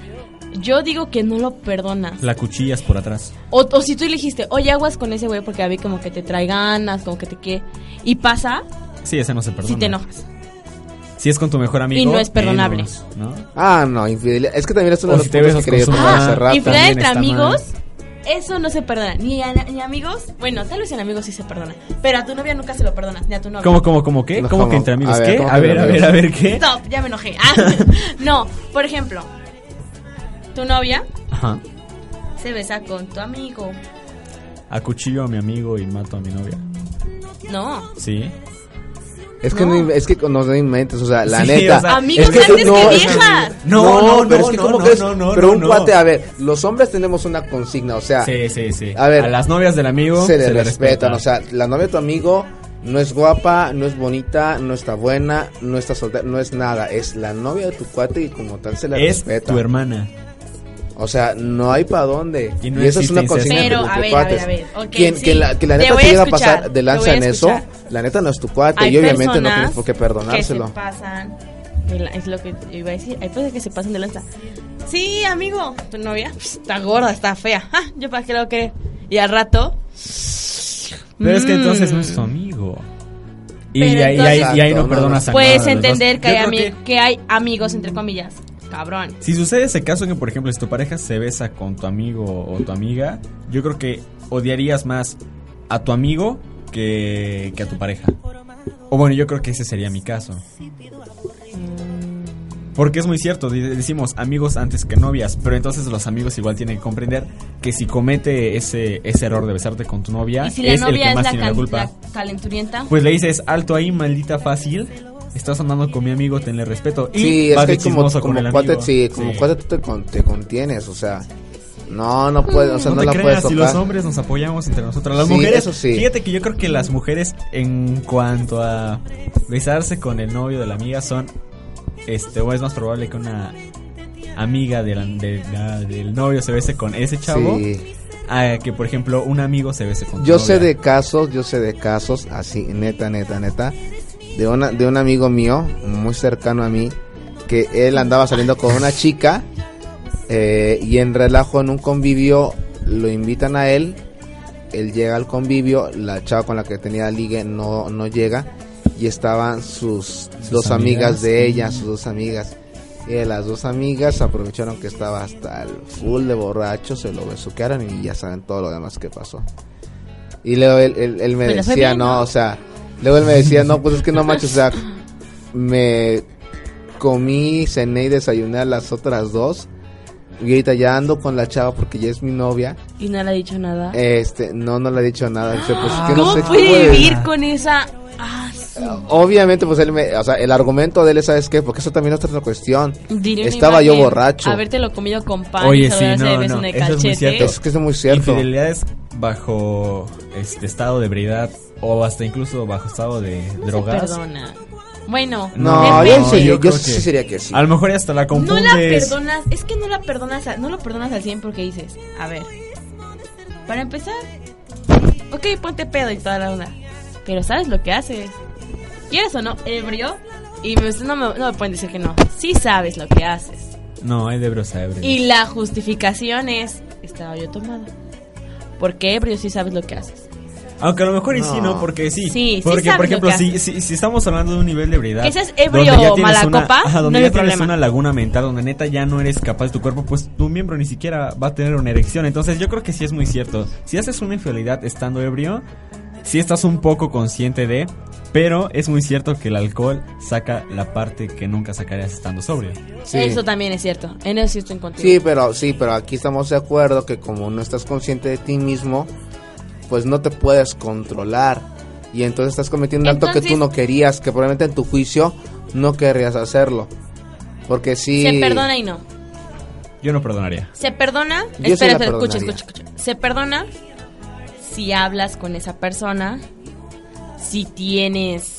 yo digo que no lo perdonas.
La cuchillas por atrás.
O, o si tú le dijiste, oye, aguas con ese güey porque a mí como que te trae ganas, como que te quiere. Y pasa,
Sí, esa no se perdona.
si te enojas.
Si es con tu mejor amigo.
Y no es perdonable.
menos, ¿no?
Ah, no, infidelidad. Es que también es uno
O
de los
si te
puntos que
besas
quería
con su
tocar
mamá.
hace rato.
Infidelidad
también
Ah, entre
está
amigos, eso no se perdona. Ni a ni amigos, bueno, tal vez en amigos sí se perdona. Pero a tu novia nunca se lo perdonas, ni a tu novia.
¿Cómo, cómo, cómo qué?
No,
¿Cómo
¿cómo?
que entre amigos
A ver,
qué?
¿cómo que
A ver,
entre
a ver,
amigos?
a ver qué.
Stop, ya me enojé. Ah, *laughs* no, por ejemplo, tu novia
Ajá.
se besa con tu amigo.
Acuchillo a mi amigo y mato a mi novia.
No.
Sí.
Es que, no.
No.
in- es que con- no, no inventes, o sea, la
Sí,
neta.
o sea,
Amigos
es que
antes
no,
que
es-
viejas.
No, no,
pero
no,
es que
no,
¿cómo
no,
crees?
no, no,
Pero un
no.
cuate, a ver, los hombres tenemos una consigna, o sea,
Sí, sí, sí.
A ver.
las novias del amigo
se le
les
respetan, o sea, la novia de tu amigo no es guapa, no es bonita, no está buena, no está soltera, no es nada, es la novia de tu cuate y como tal se la
es
respeta.
tu hermana.
O sea, no hay para dónde. Y,
Y no
eso es
existe
una
incesto.
consigna
Pero,
entre
a ver,
cuates.
a ver, a ver, ok,
Quien,
sí.
quien la, que la
Te
neta
voy
te
a
llega a
escuchar,
pasar de
te voy
lanza
a
en eso,
escuchar.
la neta no es tu cuate
Hay
y obviamente no
personas
tienes por qué
Que
perdonárselo.
se pasan. de la- Es lo que yo iba a decir. Hay personas que se pasan de lanza. Sí, amigo, tu novia pf, está gorda, está fea. Ah, yo para qué lo querer. Y al rato.
Pero es que
mm,
entonces no es tu amigo. Y,
Pero
ahí, y ahí- y ahí
entonces-
no perdonas a
Puedes
nada de los dos.
entender que
Yo
hay,
creo
ami-
que
que hay amigos, entre comillas. Cabrón.
Si sucede ese caso que, por ejemplo, si tu pareja se besa con tu amigo o tu amiga, yo creo que odiarías más a tu amigo que, que a tu pareja. O bueno, yo creo que ese sería mi caso. Porque es muy cierto, di- decimos amigos antes que novias, pero entonces los amigos igual tienen que comprender que si comete ese, ese error de besarte con tu novia,
Y si la
es el
novia
que
es
más
la,
tiene la
can-
culpa.
la calenturienta.
Pues le dices, alto ahí, maldita fácil. Estás andando con mi amigo, tenle respeto. Y
Sí, es
vas de
que como,
chismoso con
como
el
cuate,
amigo.
sí, como cuate tú te, con- te contienes, o sea, no, no puedes, o sea,
no,
no,
te
la puedes
creas, si
tocar.
los hombres nos apoyamos entre nosotros. Las
Sí,
mujeres,
eso sí.
fíjate que yo creo que las mujeres, en cuanto a besarse con el novio de la amiga, son. Este, o es más probable que una amiga de la- de la- del novio se bese con ese chavo
Sí.
a que, por ejemplo, un amigo se bese con tu
Yo sé
novia?
de casos, yo sé de casos, así, neta, neta, neta, de, una, de un amigo mío, muy cercano a mí, que él andaba saliendo con una chica eh, y en relajo, en un convivio, lo invitan a él, él llega al convivio, la chava con la que tenía ligue no, no llega y estaban sus, dos amigas,
amigas,
de ella, sus dos amigas. Y de las dos amigas aprovecharon que estaba hasta el full de borracho, se lo besuquearon y ya saben todo lo demás que pasó. Y luego él, él- él me
Pero fue
decía,
bien,
no,
¿no?
o sea, luego él me decía, no, pues es que no macho, o sea, me comí, cené y desayuné a las otras dos. Y ahorita ya ando con la chava porque ya es mi novia.
Y no le ha dicho nada.
Este, no, no le he dicho nada. Dice, pues, es que no
Ah. ¿Cómo
sé cómo
puede
de-
vivir con esa... Ah, sí.
Obviamente, pues él me, o sea, el argumento de él, ¿sabes qué? Porque eso también es otra cuestión.
Diría una
Estaba yo
imagen,
borracho.
Habértelo comido con pan.
Oye,
y saludarse
sí, no,
de beso
no,
en el
eso es muy
cachete.
cierto.
Es que es muy cierto.
Infidelidades bajo este estado de ebriedad o hasta incluso bajo estado de
No se
drogas.
perdona. Bueno,
No, yo
depende.
en serio, yo
creo
sí
que-
sería que sí.
A lo mejor ya hasta la
No
confundes.
la perdonas, es que no la perdonas, a- no lo perdonas al 100 porque dices, a ver, para empezar, ok, ponte pedo y toda la onda, pero sabes lo que haces, quieres o no, ebrio, y me- no me, no me pueden decir que no, sí sabes lo que haces,
No, hay de brosa ebrio.
y la justificación es, estaba yo tomada, porque ebrio sí sabes lo que haces,
Aunque a lo mejor y sí,
No.
¿no? Porque sí.
Sí, sí
porque,
sabes
por
lo
ejemplo,
que
si,
haces.
si, si estamos hablando de un nivel de ebriedad.
Que seas ebrio
donde ya
o
tienes
mala
una-
copa,
ajá, donde
no
ya
hay
tienes
problema.
una laguna mental donde neta ya no eres capaz tu cuerpo, pues tu miembro ni siquiera va a tener una erección. Entonces yo creo que sí es muy cierto. Si haces una infidelidad estando ebrio, sí estás un poco consciente de. Pero es muy cierto que el alcohol saca la parte que nunca sacarías estando sobrio.
Sí.
eso también es cierto, en eso sí estoy contigo.
Sí, pero sí, pero aquí estamos de acuerdo que como no estás consciente de ti mismo, pues no te puedes controlar y entonces estás cometiendo un acto que tú
Entonces-
no querías, que probablemente en tu juicio no querrías hacerlo. Porque sí
Se perdona y no.
Yo no perdonaría.
Se perdona.
Yo sí
espera,
la
espera, escucha,
perdonaría.
escucha, escucha. Se perdona si hablas con esa persona, si tienes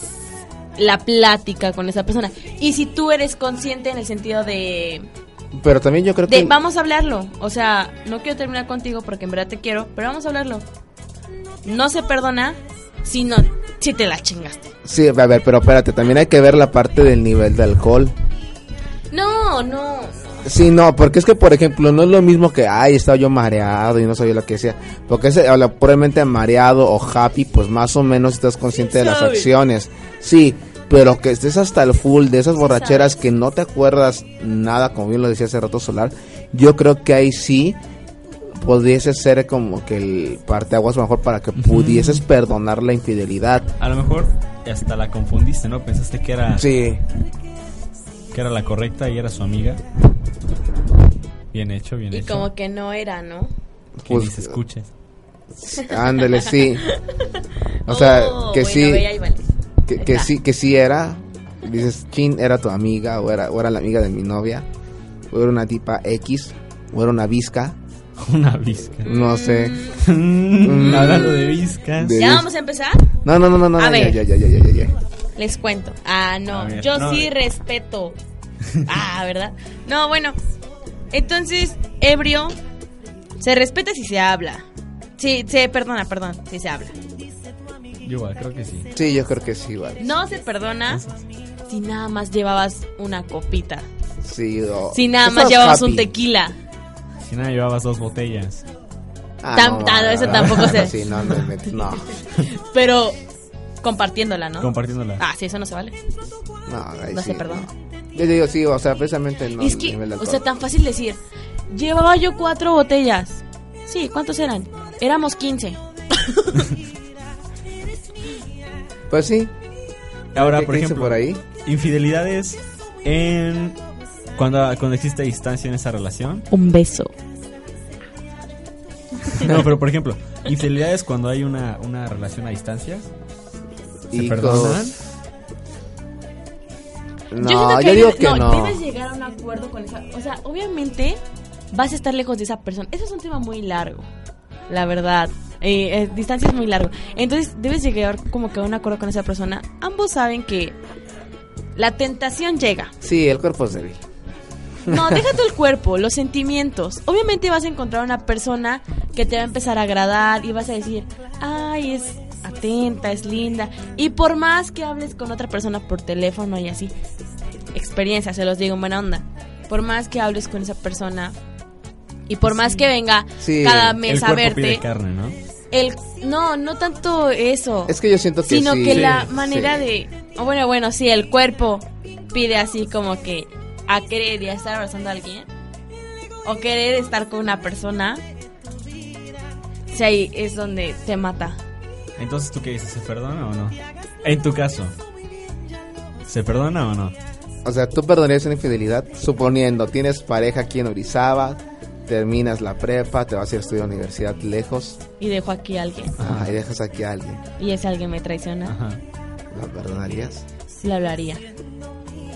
la plática con esa persona y si tú eres consciente en el sentido de,
pero también yo creo
de
que
vamos a hablarlo. O sea, no quiero terminar contigo porque en verdad te quiero, pero vamos a hablarlo. No se perdona si no, si te la chingaste.
Sí, a ver, pero espérate, también hay que ver la parte del nivel de alcohol.
No, no, no.
Sí, no, porque es que, por ejemplo, no es lo mismo que, ay, estaba yo mareado y no sabía lo que sea. Porque ese, o la- probablemente mareado o happy, pues más o menos estás consciente de las
sabes.
acciones. Sí, pero que estés hasta el full de esas borracheras que no te acuerdas nada, como bien lo decía hace rato Solar, yo creo que ahí sí pudiese ser como que el parteaguas mejor para que pudieses perdonar la infidelidad.
A lo mejor hasta la confundiste, ¿no? Pensaste que era,
Sí,
que era la correcta y era su amiga. Bien hecho, bien
Y
hecho.
como que no era, ¿no?
que
pues-
ni se escuche. *laughs*
*laughs*
ándele, sí. O sea,
Oh,
que
bueno,
sí.
ve, ahí vale.
que,
Ahí
que
está.
sí que sí era dices chin era tu amiga o era o era la amiga de mi novia o era una tipa X o era una visca
Una visca.
no sé
Mm, Hablando de viscas.
De-
¿Ya vamos a empezar?
no no no no no
A
ya,
ver.
ya, ya, ya, ya, ya.
Les cuento. Ah, no,
A ver,
yo
no,
sí
eh.
respeto. Ah, ¿verdad? No, bueno. Entonces, ebrio, se respeta si se habla. Sí, se perdona, perdón, si se habla.
Yo igual, creo que sí.
sí yo creo que sí vale
No se perdona si nada más llevabas una copita.
sí o-
Si nada más
Estás
llevabas un
happy.
tequila.
Si nada, llevabas dos botellas.
Ah,
Tam- ah, no, eso tampoco sé.
sí no no, me- no,
Pero compartiéndola, ¿no?
Compartiéndola.
ah, sí, eso no se vale.
no, ahí
No se
sí,
perdona.
no. yo digo sí o sea precisamente no
es
el
que,
nivel de
o sea,
alcohol.
tan fácil decir. Llevaba yo cuatro botellas. Sí, ¿cuántos eran? Éramos 15.
pues sí
Ahora,
¿qué-
por
qué hizo
ejemplo,
por ahí
infidelidades en. Cuando, cuando existe distancia en esa
*laughs*
relación.
Un beso.
No, pero por ejemplo, infidelidades cuando hay una, una relación a distancia. ¿Se perdonan?
no yo,
hay-
digo que no,
Debes llegar a un acuerdo con esa. O sea, obviamente vas a estar lejos de esa persona. Eso es un tema muy largo, la verdad. Eh, eh, distancia es muy largo. Entonces debes llegar como que a un acuerdo con esa persona. Ambos saben que la tentación llega.
sí el cuerpo es débil
No, déjate el cuerpo, los sentimientos. Obviamente vas a encontrar una persona que te va a empezar a agradar y vas a decir, ay, es atenta, es linda. Y por más que hables con otra persona por teléfono y así, experiencia, se los digo en buena onda. Por más que hables con esa persona y por más que venga
Sí,
cada
El
mes a
cuerpo pide
verte,
carne, ¿no?
el, no, no tanto eso
Es que yo siento que
sino
sí,
que la
sí.
manera de oh, bueno bueno sí el cuerpo pide así como que a querer ya estar abrazando a alguien o querer estar con una persona sí ahí es donde te mata
Entonces, ¿tú qué dices? ¿Se perdona o no? En tu caso, ¿se perdona o no?
O sea, tú perdonarías una infidelidad suponiendo tienes pareja aquí en Orizaba, terminas la prepa, te vas a ir a estudiar a la universidad lejos
y dejo aquí a alguien
ah, y dejas aquí a alguien.
y ese alguien me traiciona
Ajá.
¿La perdonarías?
le hablaría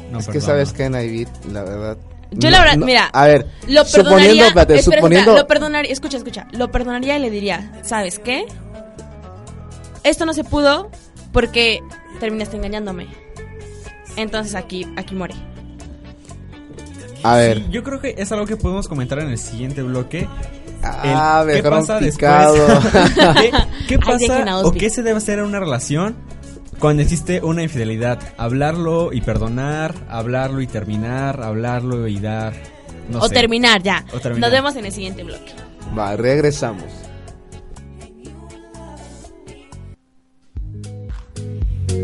No,
es que
perdona.
sabes que en Navid, la verdad.
Yo la verdad, mira,
A ver,
lo perdonaría
suponiendo, espérate,
espera, espera,
suponiendo.
lo perdonaría escucha escucha lo perdonaría y le diría sabes qué esto no se pudo porque terminaste engañándome entonces aquí aquí muere
a ver,
Sí, yo creo que es algo que podemos comentar en el siguiente bloque.
ah,
El-
me
¿Qué
dejaron
pasa
picado. *laughs*
después? ¿Qué, qué
Ay, dejen a
pasa o
Osby.
qué se debe hacer en una relación cuando existe una infidelidad? Hablarlo y perdonar, hablarlo y terminar, hablarlo y dar. No
o
sé.
terminar ya
O terminar.
nos vemos en el siguiente bloque
Va, regresamos.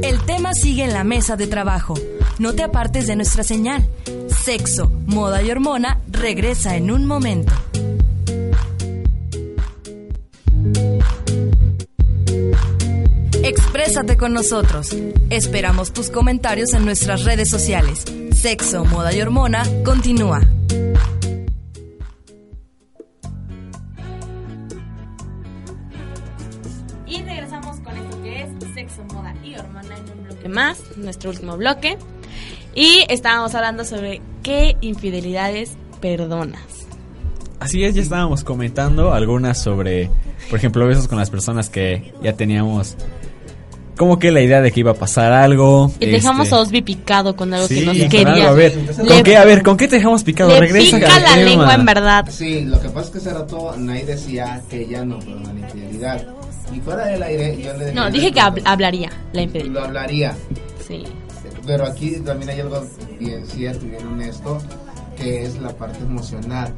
El tema sigue en la mesa de trabajo. No te apartes de nuestra señal. Sexo, moda y hormona regresa en un momento. Exprésate con nosotros. Esperamos tus comentarios en nuestras redes sociales. Sexo, moda y hormona continúa.
y regresamos con esto que es sexo moda y hormona en un bloque más nuestro último bloque y estábamos hablando sobre qué infidelidades perdonas
Así es, ya estábamos comentando algunas sobre, por ejemplo, besos con las personas que ya teníamos como que la idea de que iba a pasar algo.
y dejamos
este,
a Osby picado con algo que
sí,
no
con
quería
algo, a ver,
Le-
¿con qué, a ver, ¿con qué te dejamos picado?
Le
Regresa
pica
al
la
tema.
lengua en verdad.
Sí, lo que pasa es que hace rato Nay decía que ella no perdona la infidelidad. Y fuera del aire, yo le
No, dije que hab- hablaría la infidelidad.
Lo hablaría.
Sí.
Pero aquí también hay algo bien cierto y bien honesto, que es la parte emocional.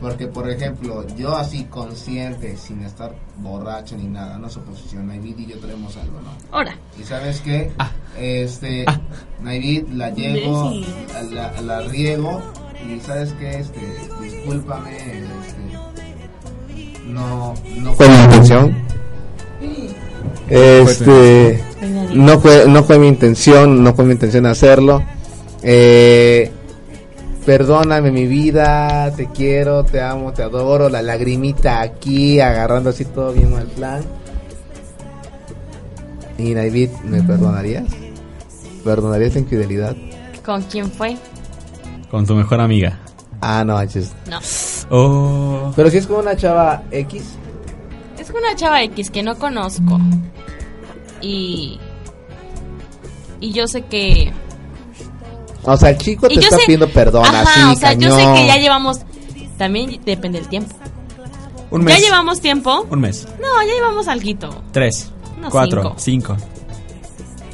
Porque, por ejemplo, yo así consciente, sin estar borracho ni nada, no suposición, Navid y yo tenemos algo, ¿no?
Ahora,
Y sabes qué, este, Navid la llevo,
Imbécil.
la, la riego y sabes qué, este, discúlpame, este, no, no fue mi intención. Este, no fue, no fue mi intención, no fue mi intención hacerlo. Eh, perdóname mi vida, te quiero, te amo, te adoro, la lagrimita aquí, agarrando así todo bien mal plan. Y Navid, ¿me perdonarías? ¿Perdonarías la infidelidad?
¿con quién fue?
Con tu mejor amiga.
Ah, no, manches.
No.
Oh.
Pero si es como una chava X,
Es una chava X que no conozco. Y. Y yo sé que.
o sea, el chico te
y yo
está
sé-
pidiendo perdón,
Ajá,
así,
o sea, yo sé
cañón.
que ya llevamos. También depende del tiempo.
Un mes.
¿Ya llevamos tiempo?
Un mes.
No, ya llevamos alguito.
Tres.
Unos
cuatro. Cinco.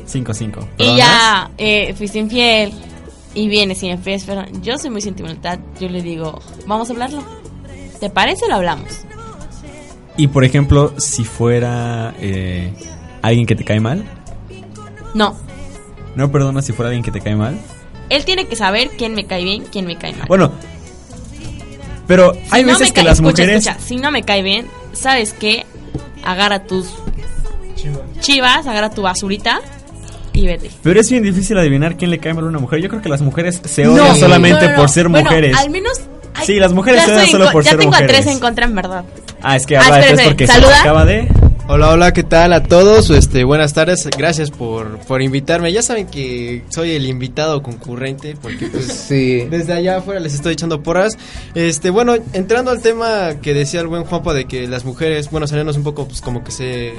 Cinco, cinco.
Y
¿Perdonas?
ya eh, fuiste infiel. Y vienes y me pides perdón. Yo soy muy sentimental. Yo le digo, vamos a hablarlo. ¿Te parece? Lo hablamos.
Y por ejemplo, si fuera eh, alguien que te cae mal,
No,
¿no perdonas si fuera alguien que te cae mal?
Él tiene que saber quién me cae bien, quién me cae mal.
Bueno, pero
Si
hay
no me
veces que
cae-
las
escucha,
mujeres.
escucha, si no me cae bien, ¿sabes qué? Agarra tus chivas, agarra tu basurita y vete.
Pero es bien difícil adivinar quién le cae mal a una mujer. Yo creo que las mujeres se
No,
odian
no,
solamente
no, no, no.
por ser
Bueno,
mujeres.
Al menos. ay,
Sí, las mujeres
ya
se odian
estoy en
solo
co-
por
ya
ser
tengo a
mujeres.
tres en contra, en verdad.
Ah, es que
Ah,
habla de tres
espérense,
porque se
¿saluda?
acaba de.
Hola, hola, ¿qué tal a todos? Este, buenas tardes, gracias por, por invitarme. Ya saben que soy el invitado concurrente, porque
*laughs*
pues
Sí.
desde allá afuera les estoy echando porras. Este, bueno, entrando al tema que decía el buen Juanpa de que las mujeres, bueno, salieron un poco pues como que se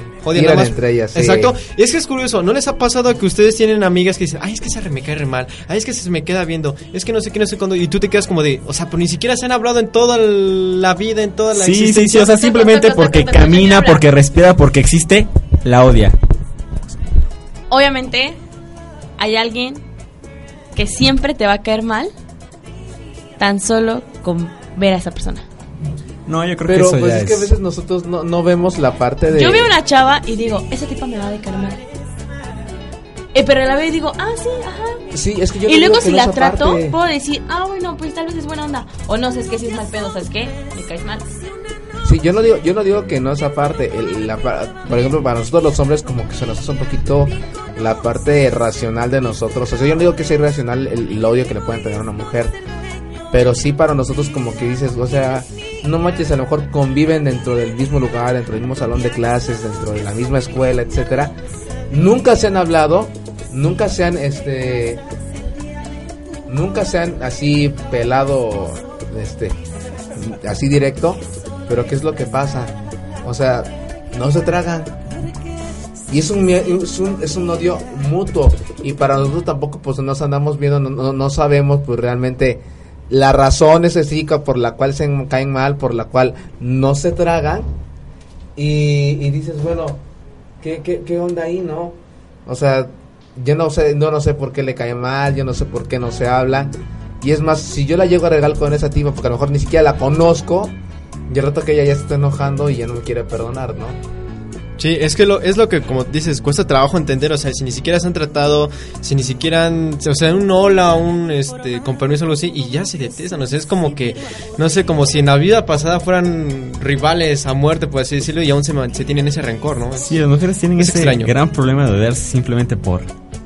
Tiran
odian nada más.
entre ellas, sí.
Exacto. Es que es curioso, ¿no les ha pasado que ustedes tienen amigas que dicen, ay, es que esa re- me cae re mal, ay, es que se me queda viendo, es que no sé qué, no sé cuándo, y tú te quedas como de, o sea, pues ni siquiera se han hablado en toda la vida, en toda la
Sí, sí, sí,
existencia.
o sea, simplemente porque camina, porque respira, porque existe, la odia.
Obviamente, hay alguien que siempre te va a caer mal tan solo con ver a esa persona.
No, yo creo
Pero
que eso
pues
ya
es,
es.
que a veces nosotros no, no vemos la parte de...
Yo veo una chava y digo, esa tipa me va a caer mal. Eh, pero la veo y digo, ah, sí, ajá,
Sí, es que yo
y
no
luego
digo que
si
no
la
esa
trato,
parte.
puedo decir, ah, bueno, pues tal vez es buena onda. O no, es que si es mal pedo, ¿sabes qué? Me caes mal.
Sí, yo no digo, yo no digo que no esa parte. el- la pa- por ejemplo, para nosotros los hombres como que se nos hace un poquito la parte racional de nosotros. O sea, yo no digo que sea irracional el, el odio que le pueden tener a una mujer. Pero sí para nosotros como que dices, o sea, no manches, a lo mejor conviven dentro del mismo lugar, dentro del mismo salón de clases, dentro de la misma escuela, etcétera. Nunca se han hablado, nunca se han este nunca se han así pelado este así directo, pero ¿qué es lo que pasa? O sea, no se tragan. Y es un, mie- es un, es un odio mutuo. Y para nosotros tampoco, pues nos andamos viendo, no, no- no sabemos, pues realmente la razón específica por la cual se en- caen mal, por la cual no se tragan. Y, y dices, bueno, ¿qué, qué, qué onda ahí, no? O sea, yo no sé, no, no sé por qué le cae mal, yo no sé por qué no se hablan. Y es más, si yo la llego a regalar con esa tipa, porque a lo mejor ni siquiera la conozco, yo rato que ella ya se está enojando y ya no me quiere perdonar, ¿no?
Sí, es que lo, es lo que, como dices, cuesta trabajo entender, o sea, si ni siquiera se han tratado, si ni siquiera han, o sea, un hola, un, este, con permiso, algo así, y ya se detestan, o sea, es como que, no sé, como si en la vida pasada fueran rivales a muerte, por así decirlo, y aún se, man- se tienen ese rencor, ¿no?
Sí, las mujeres tienen
Es
ese
extraño.
gran problema de odiarse simplemente por,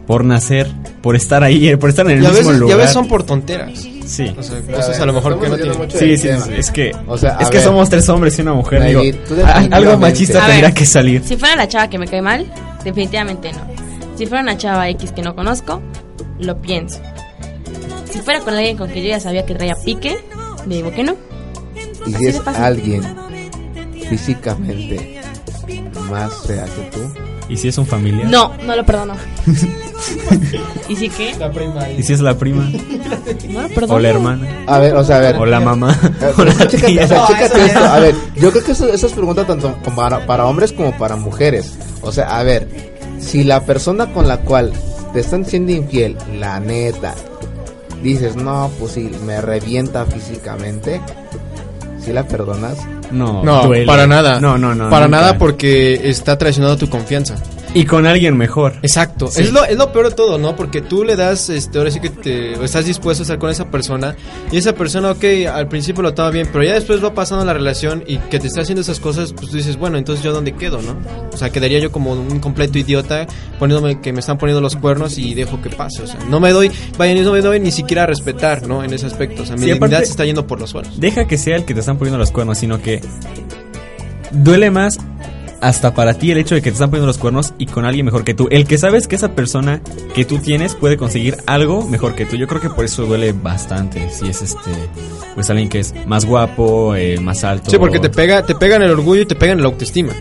por nacer, por estar ahí, eh, por estar en el
Y a
mismo
veces, y a
lugar.
veces son por tonteras,
Sí.
o sea, cosas a lo mejor que no tienen.
Sí, sí, sí, es que,
O sea, a
es que
ver.
somos tres hombres y una mujer. digo,
Nair, tú
a- algo
definitivamente.
machista
A
tendrá
ver.
que salir.
Si fuera la chava que me cae mal, definitivamente no. Si fuera una chava X que no conozco, lo pienso. Si fuera con alguien con que yo ya sabía que traía pique, le digo que no.
Y
Así
si
de
es
fácil.
alguien físicamente más fea que tú,
¿Y si es un familiar?
No, no lo perdono. ¿Y si qué?
¿Y si es la prima?
No lo perdono.
¿O la hermana?
a ver, o sea, a ver,
¿O la mamá?
*laughs* Eh,
*laughs* ¿O la
chécate, o
tía?
sea, chécate esto. A ver, yo creo que eso, eso es pregunta tanto como para, para hombres como para mujeres. O sea, a ver, si la persona con la cual te están siendo infiel, la neta, dices, no, pues si me revienta físicamente, si la perdonas.
No,
No,
duele.
para nada.
No, no, no.
Para
nunca.
nada porque está traicionando tu confianza.
Y con alguien mejor.
Exacto.
Sí.
Es, lo, es lo peor de todo, ¿no? Porque tú le das, este, ahora sí que te, o estás dispuesto a estar con esa persona y esa persona, ok, al principio lo estaba bien, pero ya después va pasando la relación y que te está haciendo esas cosas, pues tú dices, bueno, entonces yo dónde quedo, ¿no? O sea, quedaría yo como un completo idiota poniéndome que me están poniendo los cuernos y dejo que pase, o sea, no me doy, vaya, no me doy ni siquiera a respetar, ¿no? En ese aspecto, o sea, mi
Sí, aparte-
dignidad se está yendo por los suelos.
Deja que sea el que te están poniendo los cuernos, sino que duele más hasta para ti el hecho de que te están poniendo los cuernos y con alguien mejor que tú. El que sabes que esa persona que tú tienes puede conseguir algo mejor que tú. Yo creo que por eso duele bastante. Si es este, pues alguien que es más guapo, eh, más alto.
Sí, porque te pega, te pegan el orgullo y te pegan la autoestima.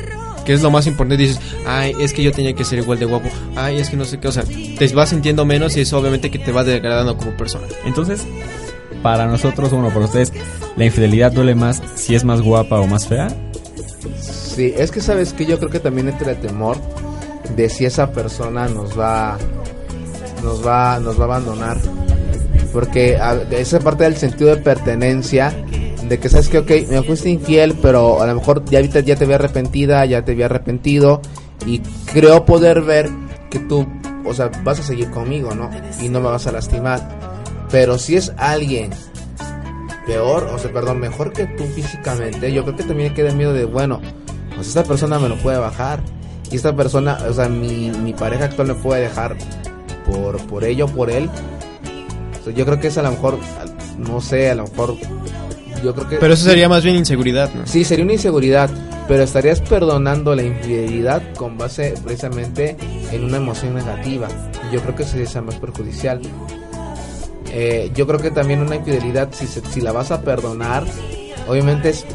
Que es lo más importante. Dices, ay, es que yo tenía que ser igual de guapo. Ay, es que no sé qué. O sea, te vas sintiendo menos y eso obviamente que te va degradando como persona.
Entonces, para nosotros, bueno, para ustedes, la infidelidad duele más si es más guapa o más fea.
Sí, es que sabes que yo creo que también entra el temor de si esa persona nos va nos va nos va a abandonar. Porque a- de esa parte del sentido de pertenencia de que sabes que ok, me fuiste infiel, pero a lo mejor ya ahorita ya te vi arrepentida, ya te vi arrepentido y creo poder ver que tú, o sea, vas a seguir conmigo, ¿no? Y no me vas a lastimar. Pero si es alguien peor, o sea, perdón, mejor que tú físicamente, yo creo que también queda miedo de, bueno, pues esta persona me lo puede bajar. Y esta persona, o sea, mi, mi pareja actual me puede dejar por, por ello, por él. O sea, yo creo que es a lo mejor, al- no sé, a lo mejor, yo creo que...
Pero eso sería más bien inseguridad, ¿no?
Sí, sería una inseguridad. pero estarías perdonando la infidelidad con base precisamente en una emoción negativa. Y yo creo que sería esa más perjudicial. Eh, yo creo que también una infidelidad, si, se- si la vas a perdonar, obviamente es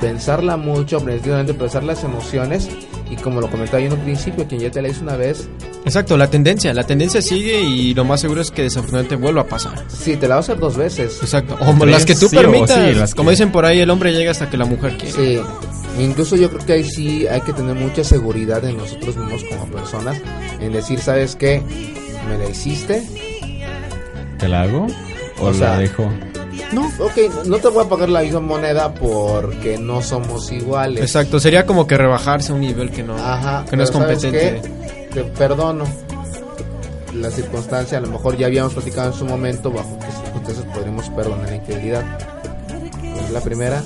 pensarla mucho, precisamente pensar las emociones. Y como lo comentaba yo en un principio, quien ya te la hizo una vez,
Exacto, la tendencia, la tendencia sigue y lo más seguro es que desafortunadamente vuelva a pasar.
si te la vas a hacer dos veces,
Exacto, o
Tres,
las que tú
sí, o
permitas.
sí, las que-
Como dicen por ahí, el hombre llega hasta que la mujer quiere.
Sí, incluso yo creo que ahí sí hay que tener mucha seguridad en nosotros mismos como personas, en decir, ¿sabes qué? Me la hiciste,
¿Te la hago? ¿O,
O
la
sea,
dejo?
ok, no te voy a pagar la misma moneda porque no somos iguales.
Exacto, sería como que rebajarse a un nivel que no,
Ajá,
que no es
pero ¿sabes
competente.
qué? Te perdono. La circunstancia, a lo mejor ya habíamos platicado en su momento bajo qué circunstancias podremos perdonar la infidelidad. Es la primera.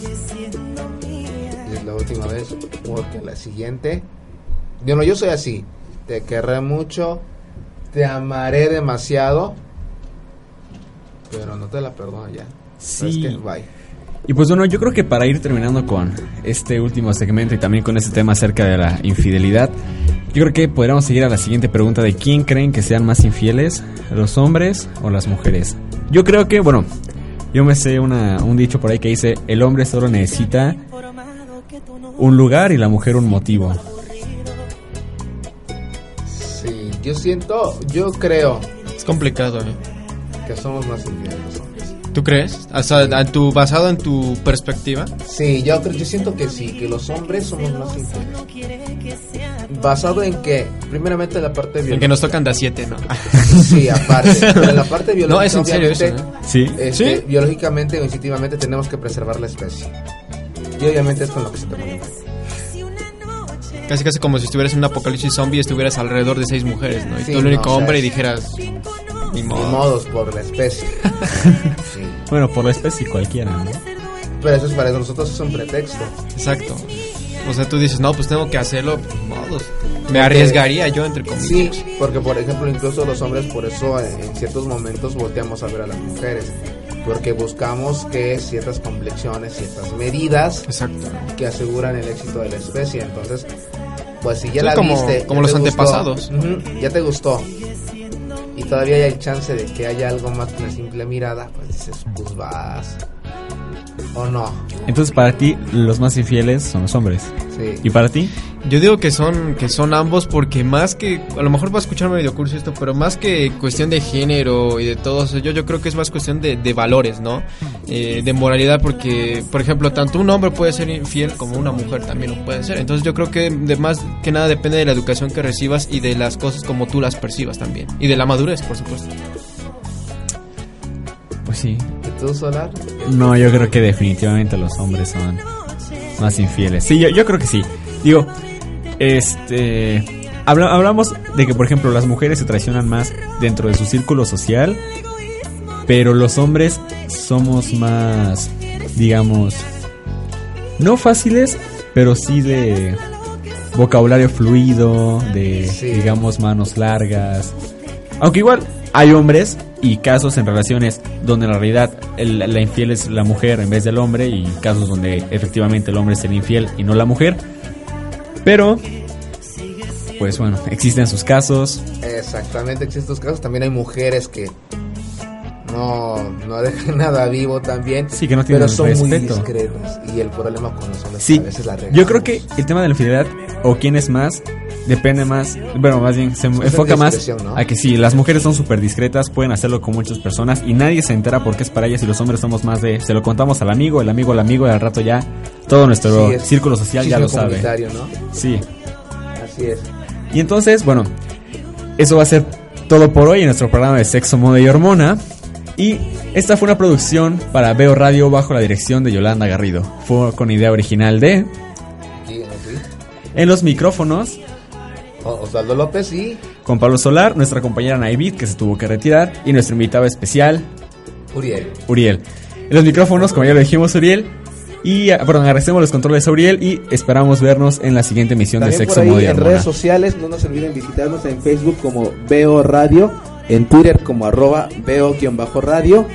Y es la última vez. Porque la siguiente. Yo no, yo soy así. Te querré mucho. Te amaré demasiado. Pero no te la perdono ya. ¿Sabes
Sí.
qué? Bye.
Y pues bueno, yo creo que para ir terminando con este último segmento y también con este tema acerca de la infidelidad, yo creo que podríamos seguir a la siguiente pregunta de quién creen que sean más infieles, los hombres o las mujeres. Yo creo que, bueno, yo me sé una- un dicho por ahí que dice, el hombre solo necesita un lugar y la mujer un motivo.
Sí, yo siento, yo creo
Es complicado, ¿eh?
que somos más infieles los hombres.
¿Tú crees? Hasta a tu, basado en tu perspectiva.
Sí, yo, creo- yo siento que sí, que los hombres somos más infieles. Basado en que, primeramente la parte
En que
biológica.
nos tocan de a
*laughs*
siete, ¿no?
Sí, aparte. Pero la parte biológica.
*laughs* No, es en serio eso,
obviamente,
¿no?
¿Sí?
este,
Sí.
Biológicamente o instintivamente tenemos que preservar la especie. Y obviamente es con lo que se te maneja.
Casi casi como si estuvieras en un apocalipsis zombie y estuvieras alrededor de seis mujeres, ¿no? Y
Sí,
tú el
no,
único
o sea,
hombre y
es-
dijeras... Ni
Ni
modo.
modos por la
*laughs*
especie. Sí.
Bueno, por la especie cualquiera, ¿no?
Pero eso es para nosotros es un pretexto.
Exacto. O sea, tú dices, no, pues tengo que hacerlo. pues, ni modos. Me arriesgaría yo, entre comillas.
Sí, porque por ejemplo incluso los hombres por eso eh, en ciertos momentos volteamos a ver a las mujeres, porque buscamos que ciertas complexiones, ciertas medidas
Exacto.
que aseguran el éxito de la especie, entonces pues si ya
Sí,
la
como-
viste,
como
ya
los
te gustó,
antepasados.
ujú, ya te gustó y todavía hay el chance de que haya algo más que una simple mirada, pues dices, pues vas o no,
Entonces para ti los más infieles son los hombres.
sí.
¿Y para ti?
Yo digo que son, que son ambos porque más que, a lo mejor va a escuchar medio curso esto, pero más que cuestión de género y de todo eso, yo, yo creo que es más cuestión de, de valores, ¿no? Eh, de moralidad, porque, por ejemplo, tanto un hombre puede ser infiel como una mujer también lo puede ser. Entonces yo creo que de más que nada depende de la educación que recibas y de las cosas como tú las percibas también. Y de la madurez, por supuesto.
Pues sí,
¿Y tú Solar?
No, yo creo que definitivamente los hombres son más infieles. Sí, yo, yo creo que sí. Digo, este. habla- hablamos de que, por ejemplo, las mujeres se traicionan más dentro de su círculo social. Pero los hombres somos más, digamos, no fáciles, pero sí de vocabulario fluido, de,
Sí.
digamos, manos largas. Aunque igual hay hombres y casos en relaciones donde en realidad el- la infiel es la mujer en vez del hombre y casos donde efectivamente el hombre es el infiel y no la mujer. Pero, pues bueno, existen sus casos.
Exactamente, existen estos casos. También hay mujeres que no, no *laughs* dejan nada vivo también.
Sí, que no tienen
pero son
respeto.
muy discretas. Y el problema con los hombres
Sí,
a veces la regamos.
yo creo que el tema de la infidelidad o quién es más depende más, bueno, más bien se enfoca más
discreción, ¿no?
a que sí, las mujeres son súper discretas, pueden hacerlo con muchas personas y nadie se entera porque es para ellas y los hombres somos más de, se lo contamos al amigo, el amigo al amigo y al rato ya todo nuestro
Sí, es
círculo social ya
chisme
lo sabe.
comunitario, ¿no?
Sí.
Así es.
Y entonces, bueno, eso va a ser todo por hoy en nuestro programa de Sexo, Moda y Hormona. Y esta fue una producción para Veo Radio bajo la dirección de Yolanda Garrido. Fue con idea original de...
Aquí, aquí.
En los micrófonos,
O- Osvaldo López y
con Pablo Solar, nuestra compañera Naivit, que se tuvo que retirar, y nuestro invitado especial,
Uriel.
Uriel. En los micrófonos, como ya lo dijimos, Uriel. Y, ah, perdón, agradecemos los controles a Uriel y esperamos vernos en la siguiente emisión de
También por
Sexo
ahí
Moda y
en
Hormona.
redes sociales, no nos olviden visitarnos en Facebook como Veo Radio, en Twitter como arroba Veo-radio,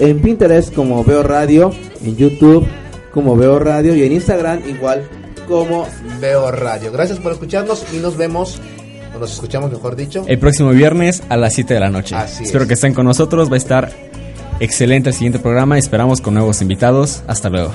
en Pinterest como Veo Radio, en YouTube como Veo Radio y en Instagram igual como Veo Radio. Gracias por escucharnos y nos vemos, o nos escuchamos mejor dicho.
El próximo viernes a las 7 de la noche.
Así
Espero
es.
que estén con nosotros. Va a estar excelente el siguiente programa. Esperamos con nuevos invitados. Hasta luego.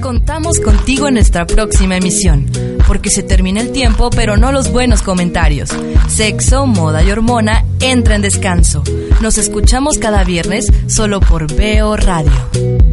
Contamos contigo en nuestra próxima emisión, porque se termina el tiempo, pero no los buenos comentarios. Sexo, moda y hormona entra en descanso. Nos escuchamos cada viernes solo por Veo Radio.